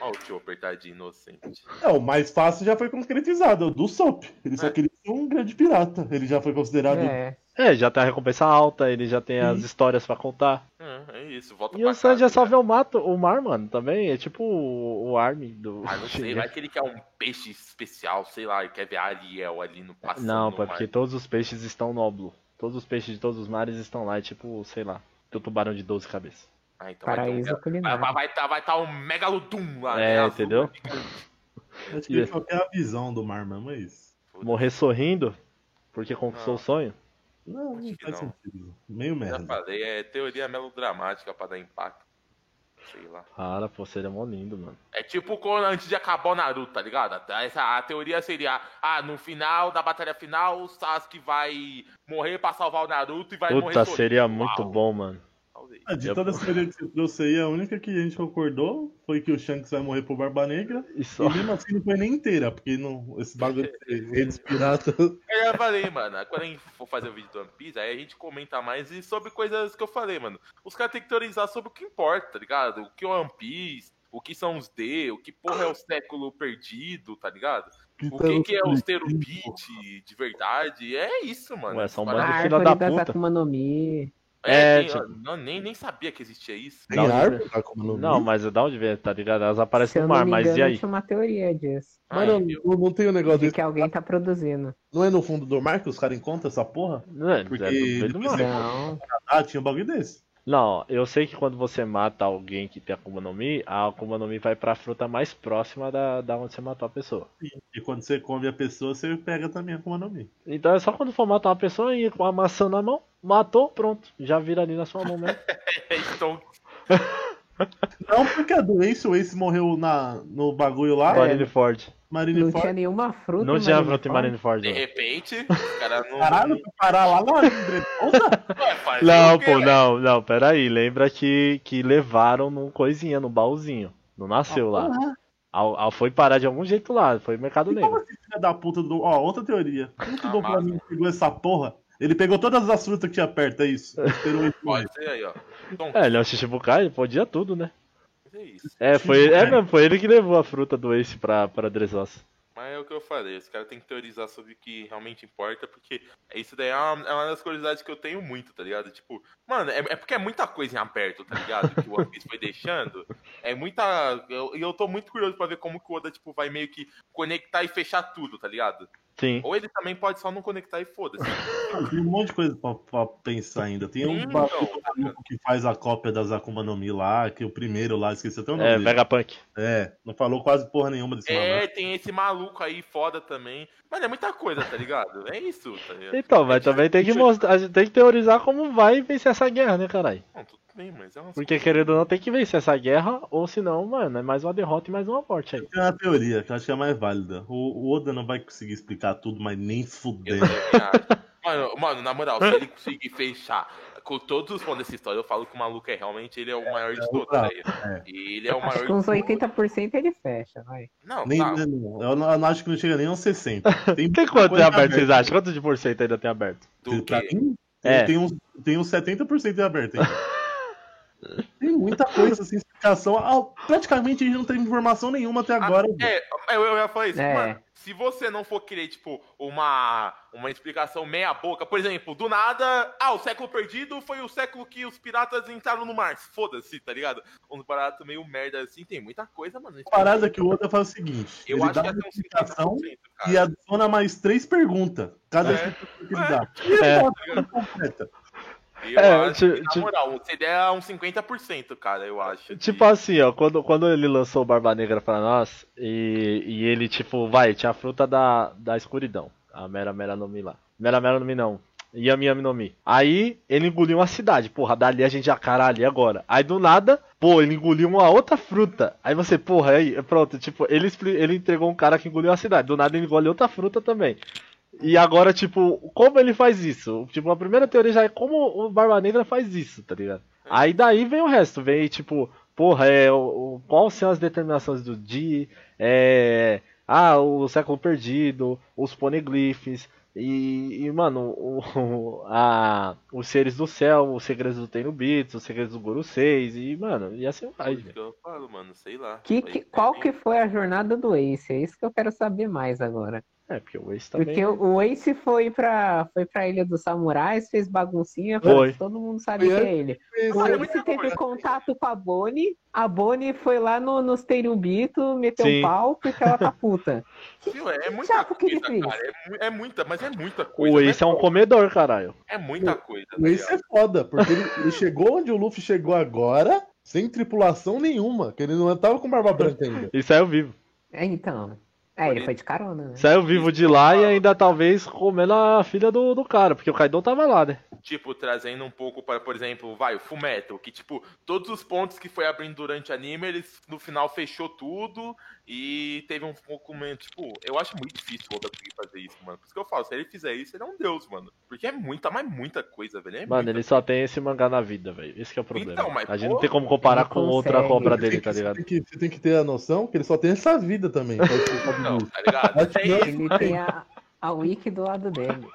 B: Olha o Chopper, tadinho, inocente.
D: É, o mais fácil já foi concretizado, é o do Sop. Ele só
B: É.
D: queria ser um grande pirata. Ele já foi considerado.
E: É.
C: É, já tem a recompensa alta, ele já tem as histórias pra contar.
B: É, é isso, volta
C: E
B: pra
C: o Sanji
B: casa,
C: é só
B: né?
C: ver o mato, o mar, mano, também. É tipo o, o Armin do.
B: Ah, não sei, vai que ele quer um peixe especial, sei lá, ele quer ver a Ariel ali no passado.
C: Não,
B: no
C: pô, é
B: mar.
C: porque todos os peixes estão no Oblu. Todos os peixes de todos os mares estão lá, é tipo, sei lá, teu tubarão de 12 cabeças.
B: Ah, então vai ter
E: Paraíso
B: um... Vai, vai,
E: culinário.
B: vai, tá, vai tá um Megalodon lá,
C: É,
B: né? azul,
C: entendeu?
B: gigante.
D: Acho que ele só quer a visão do mar mesmo, é isso.
C: Morrer sorrindo, porque conquistou
B: Não.
C: o sonho.
D: Não,
B: Acho
D: não
B: que
D: faz
B: não.
D: sentido. Meio
B: Já
D: merda.
B: falei, é teoria melodramática pra dar impacto. Sei lá.
C: Para, pô, seria mó lindo, mano.
B: É tipo quando antes de acabar o Naruto, tá ligado? Essa, a teoria seria, ah, no final da batalha final, o Sasuke vai morrer pra salvar o Naruto e vai morrer
C: Puta,
B: sorrindo.
C: seria muito
B: Uau,
C: bom, mano.
B: talvez.
D: Ah, De
C: Eu-
D: todas as teorias que você trouxe aí, a única que a gente concordou foi que o Shanks vai morrer pro Barba Negra.
C: E
D: E
C: só.
D: mesmo assim não foi nem inteira, porque não, esse bagulho de redes pirata.
B: Eu já falei, mano. Quando a gente for fazer o vídeo do One Piece, aí a gente comenta mais e sobre coisas que eu falei, mano. Os caras têm que teorizar sobre o que importa, tá ligado? O que é o One Piece, o que são os D, o que porra é o século perdido, tá ligado?
C: Então,
B: O que, que é o Sterubit de verdade? É isso, mano.
C: Ué, são
B: Para-
E: A
C: Manda o filho
E: árvore
C: da
E: das
C: puta.
E: Akuma no Mi.
B: É,
C: É,
B: tem-
C: tipo-
B: não, nem, nem sabia que existia isso.
D: Tem
C: Da onde
D: árvore, tá como no
C: Não,
D: Mi?
C: mas é da onde vem, tá ligado? Elas
E: Se
C: aparecem
E: eu
C: no
E: não
C: mar,
E: me
C: mas e
E: engano,
C: aí?
E: tinha uma teoria disso.
D: Mas
B: Ai,
D: não,
B: meu.
D: não, não tem o negócio
E: De
D: desse.
E: que alguém tá produzindo.
D: Não é no fundo do mar que os caras encontram essa porra?
C: Não, é do
D: Porque
C: meio do
D: depois
C: mar.
D: você-
E: Não.
D: Ah, tinha um bagulho desse.
C: Não, eu sei que quando você mata alguém que tem Akuma no Mi, a Akuma no Mi vai pra fruta mais próxima da, da onde você matou a pessoa.
D: E quando você come a pessoa, você pega também a Kuma no Mi.
C: Então é só quando for matar uma pessoa e com a maçã na mão, matou, pronto. Já vira ali na sua mão mesmo.
B: É, então,
D: Não, porque a do Ace, o Ace morreu na, no bagulho
C: Ah, é.
D: lá, é
C: Marineford.
E: Não
D: Marineford.
E: tinha nenhuma fruta.
C: Não
E: em
C: tinha fruta em
E: Marineford.
C: Marineford.
B: de
C: não.
B: repente, os caras não.
D: Caralho, foi parar lá na Andrepolta?
B: Ué, faz
C: Não,
B: o quê,
C: pô,
B: né?
C: não, não, peraí. Lembra que, que levaram num coisinha, num baúzinho. Não nasceu lá. Ao- ao- foi parar de algum jeito lá, foi mercado
D: Como
C: negro.
D: assim, filha da puta do. Ó, outra teoria. Como que o
B: Ah,
D: Dom Flamingo pegou essa porra? Ele pegou todas as frutas que tinha perto, é isso. Esperou ele morrer.
B: Pode ser aí, ó. Então,
C: É, ele é um Shichibukai, ele podia tudo, né?
B: é isso.
C: É, foi, é
D: Shichibukai.
C: mesmo, foi ele que levou a fruta do Ace pra, pra Dressrosa.
B: Mas é o que eu falei, os caras têm que teorizar sobre o que realmente importa, porque isso daí é uma, é uma das curiosidades que eu tenho muito, tá ligado? Tipo, mano, é, é porque é muita coisa em aberto, tá ligado? Que o One Piece foi deixando. É muita. eu- E eu, tô muito curioso pra ver como que o Oda, tipo, vai meio que conectar e fechar tudo, tá ligado?
C: Sim.
B: Ou ele também pode só não conectar e foda-se.
D: Tem um monte de coisa pra, pra pensar ainda. Tem um
B: Sim,
D: bagulho
B: então,
D: do maluco que faz a cópia das Akuma no Mi lá, que o primeiro lá, esqueci até o nome
C: É,
D: dele.
C: Vegapunk.
D: É, não falou quase porra nenhuma desse
B: É,
D: maluco.
B: tem esse maluco aí foda também. Mano, é muita coisa, tá ligado? É isso, tá ligado?
C: Então, mas também tem que mostrar, a gente tem que teorizar como vai vencer essa guerra, né, caralho?
B: Não, tudo bem, mas é uma
C: Porque querendo ou não, tem que vencer essa guerra, ou senão, mano, é mais uma derrota e mais uma morte aí.
D: Tem uma teoria que eu acho que é a mais válida. O, o Oda não vai conseguir explicar tudo, mas nem
B: Eu
D: fudendo.
B: também acho. Mano, mano, na moral, se ele conseguir fechar com todos os pontos dessa história, eu falo que o maluco é realmente ele é o maior de todos.
D: brabo,
B: velho. E ele é o maior
E: Acho
B: de
E: que uns
B: todos.
E: 80% ele fecha, vai.
B: Não,
D: Nem,
B: tá.
D: né, não. Eu, não, eu não acho que não chega nem aos 60. Tem,
C: Tem quanto tem aberto, vocês acham? Quanto de por cento ainda tem aberto?
B: Do
H: tá
D: Pra
B: que?
D: mim,
C: É.
D: tem, uns, tem uns 70% de aberto ainda. tem muita coisa
H: assim,
D: sem explicação. Ah, praticamente a gente não teve informação nenhuma até agora.
B: É, eu, eu ia falar isso,
E: É.
B: mano. Se você não for querer, tipo, uma, uma explicação meia boca, por exemplo, do nada, ah, o século perdido foi o século que os piratas entraram no mar. Foda-se, tá ligado? Um barato meio merda assim, tem muita coisa, mano.
D: A parada que o Oda faz o seguinte:
B: Eu
D: ele
B: acho
D: dá
B: que é um
D: uma
B: até uns
D: explicação
B: 50%,
D: e
B: cara.
D: adiciona mais três perguntas. Cada
B: É.
D: explicação que ele dá.
C: É.
D: Ele completa.
B: Eu
C: É,
B: acho que, tá
C: ti-
B: na
C: ti-
B: moral, um você der uns 50%, cara, eu acho.
C: Tipo assim, ó, quando, quando ele lançou o Barba Negra pra nós, e, e ele, tipo, vai, tinha a fruta da, da escuridão. A Mera Mera no Mi lá. Mera Mera no Mi não. Yami Yami no Mi. Aí ele engoliu uma cidade. Porra, dali a gente já caralho, e agora? Aí do nada, pô, ele engoliu uma outra fruta. Aí você, porra, aí, pronto, tipo, ele, expli- ele entregou um cara que engoliu uma cidade. Do nada ele engole outra fruta também. E agora, tipo, como ele faz isso? Tipo, a primeira teoria já é como o Barba Negra faz isso, tá ligado? Aí daí vem o resto, vem tipo, porra, é, o, o- qual são as determinações do Di, é, ah, o século perdido, os poneglyphs, e, e, mano, o, o- a, os seres do céu, os segredos do Tenubits, os segredos do Guru 6, e, mano, e assim vai,
B: Por isso
C: velho.
B: que eu falo, mano, sei lá.
E: Que,
B: Vai
E: que-
B: ter
E: qual
B: bem-
E: que foi a jornada do Ace? É isso que eu quero saber mais agora.
C: É, porque o Ace também.
E: Porque o o Ace foi pra, foi pra Ilha dos Samurais, fez baguncinha,
C: Foi.
E: mas todo mundo sabe
H: Foi
E: que é ele. O
B: Olha,
E: Ace
B: muita
E: teve
B: coisa.
E: contato com a Bonnie, a Bonnie foi lá no, nos Teirubito, meteu
C: Sim.
E: um pau porque ela tá puta.
B: Viu? É muita
E: diabo que ele
B: coisa,
E: fez?
B: cara. É, mu- é muita, mas é muita coisa.
C: O Ace é um comedor, caralho.
B: É muita coisa. tá
H: Mas isso
B: ligado?
H: é foda, porque ele, ele chegou onde o Luffy chegou agora, sem tripulação nenhuma, que ele não tava com barba branca ainda.
C: E saiu vivo.
E: É, então. É, ele foi de carona, né?
C: Saiu vivo de lá e ainda talvez comendo a filha do, do cara, porque o Kaido tava lá, né?
B: Tipo, trazendo um pouco para, por exemplo, vai, o Fullmetal, que, tipo, todos os pontos que foi abrindo durante o anime, eles no final fechou tudo e teve um pouco meio, tipo, eu acho muito difícil o Oda conseguir fazer isso, mano. Por isso que eu falo, se ele fizer isso, ele é um deus, mano. Porque é muita, mas muita coisa, velho. É
C: Mano,
B: muita
C: ele só tem esse mangá na vida, velho. Esse que é o problema.
B: Então, mas,
C: a gente
B: pô,
C: não tem como comparar
E: não
C: com outra
E: consegue.
C: obra
H: Você tem
C: dele,
H: que-
C: tá ligado?
H: Você tem, que, você tem que ter a noção que ele só tem essa vida também. pra você saber
B: Não,
H: disso.
B: tá ligado? É isso,
E: Ele tem a, a Wiki do lado dele.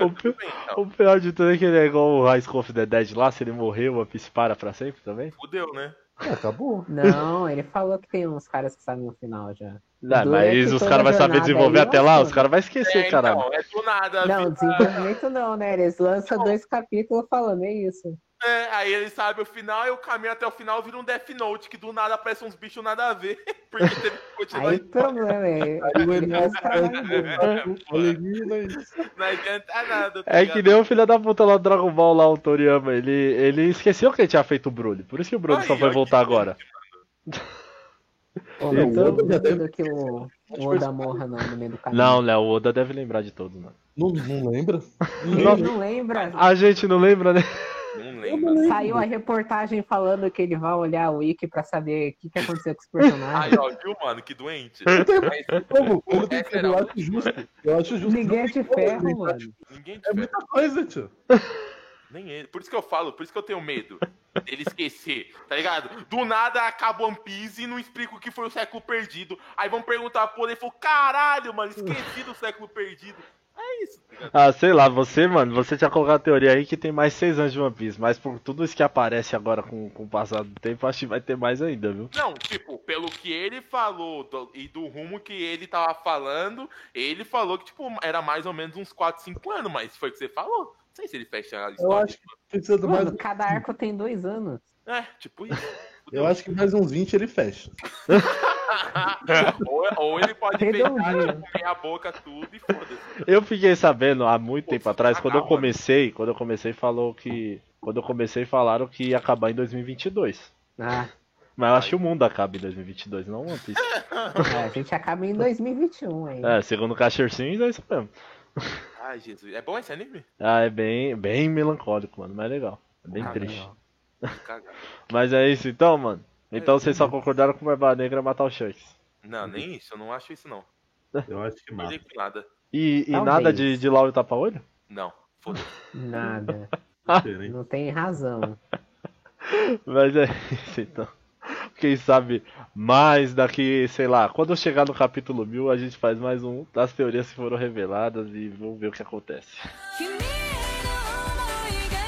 C: O, pi-
B: bem, então.
C: o pior de tudo é que ele é igual o High School of the Dead lá, se ele morreu, a Piece para pra sempre também.
B: Fudeu, né?
H: Ah, acabou.
E: Não, ele falou que tem uns caras que sabem o final já.
C: Não,
E: Durante
C: mas os
E: toda
C: caras
E: a
C: vão saber
E: jornada
C: desenvolver
E: aí,
C: até lá,
E: nossa.
C: os caras vão esquecer,
B: é,
C: caralho.
B: então, é do nada.
E: Não,
B: vida-
E: desenvolvimento Tá não, né? Eles lançam dois capítulos falando, é isso.
B: É, aí ele sabe o final, eu caminho até o final, vira um Death Note, que do nada aparece uns bichos nada a ver. Porque teve que continuar.
E: Aí o problema é. Ele faz
B: é,
E: pra
H: Alegria, né?
B: Não adianta nada. tá
C: É
B: ligado?
C: que nem o filho da puta lá do Dragon Ball lá, o Toriyama, ele, ele esqueceu que ele tinha feito o Broly, por isso que o Broly só
B: Aí,
C: foi
B: ó,
C: voltar
B: que-
C: agora.
E: Pô, mas eu
H: Então-
E: duvido que o, o Oda morra não, no meio do caminho.
C: Não, né, o Oda deve lembrar de todos, mano.
H: Não, não lembra?
E: Ele
C: não-
E: não, lembra.
C: A gente não lembra, né?
B: Não lembro.
E: Saiu a reportagem falando que ele vai olhar a Wiki pra saber o que, que aconteceu com os
B: Aí,
E: personagens.
B: ó, viu, mano? Que doente. Mas
H: Como? Ele tem
B: É,
H: que- eu
B: não.
H: acho justo. Eu acho justo.
E: Ninguém é de ferro, mano.
B: ninguém
H: É
B: tiver,
H: muita coisa, tio.
B: nem ele. Por isso que eu falo, por isso que eu tenho medo dele esquecer, tá ligado? Do nada acaba One Piece e não explica o que foi o século perdido. Aí vão perguntar pro ele e falou, caralho, mano, esqueci do século perdido. É isso, tá ligado?
C: Ah, sei lá, você, mano, você tinha colocado a teoria aí que tem mais seis anos de One Piece, mas por tudo isso que aparece agora com, com o passar do tempo, acho que vai ter mais ainda, viu?
B: Não, tipo, pelo que ele falou do- e do rumo que ele tava falando, ele falou que, tipo, era mais ou menos uns 4, 5 anos, mas foi o que você falou. Não sei se ele fecha a
H: Eu
B: história.
H: acho que precisa de mais.
E: Mano, cada arco tem dois anos.
B: É, tipo isso.
H: Eu acho que mais uns 20 ele fecha.
B: ou, é, ou ele pode pegar,
H: né?
E: Redondinho.
B: tipo, meia boca tudo e foda-se.
C: Eu fiquei sabendo há muito
B: Pô,
C: tempo atrás, quando eu
B: cagava.
C: comecei, quando eu comecei falou que. Quando eu comecei falaram que ia acabar em 2022.
E: Ah,
C: Mas eu acho que o mundo acaba em 2022, não One Piece.
E: é, a gente acaba em 2021 aí.
C: É, segundo o Casher Sims, é isso mesmo.
B: Ai, Jesus. É bom esse anime?
C: Ah, é bem, bem melancólico, mano, mas é legal. É bem
B: Ah,
C: triste.
E: legal.
B: Cagado.
C: Mas é isso então, mano. Então vocês só concordaram com o Barba Negra matar o Shanks.
B: Não, nem isso. Eu não acho isso, não.
D: Eu acho que
B: Não
D: mata.
B: digo nada.
C: E, e
E: Talvez.
C: nada de, de Lau e tapa-olho?
B: Não. Foda-se.
E: Nada.
D: diferente.
E: Não tem razão.
C: Mas é isso então. Quem sabe mais daqui, sei lá, quando eu chegar no capítulo 1000, a gente faz mais um das teorias que foram reveladas e vamos ver o que acontece.
G: 君への想いが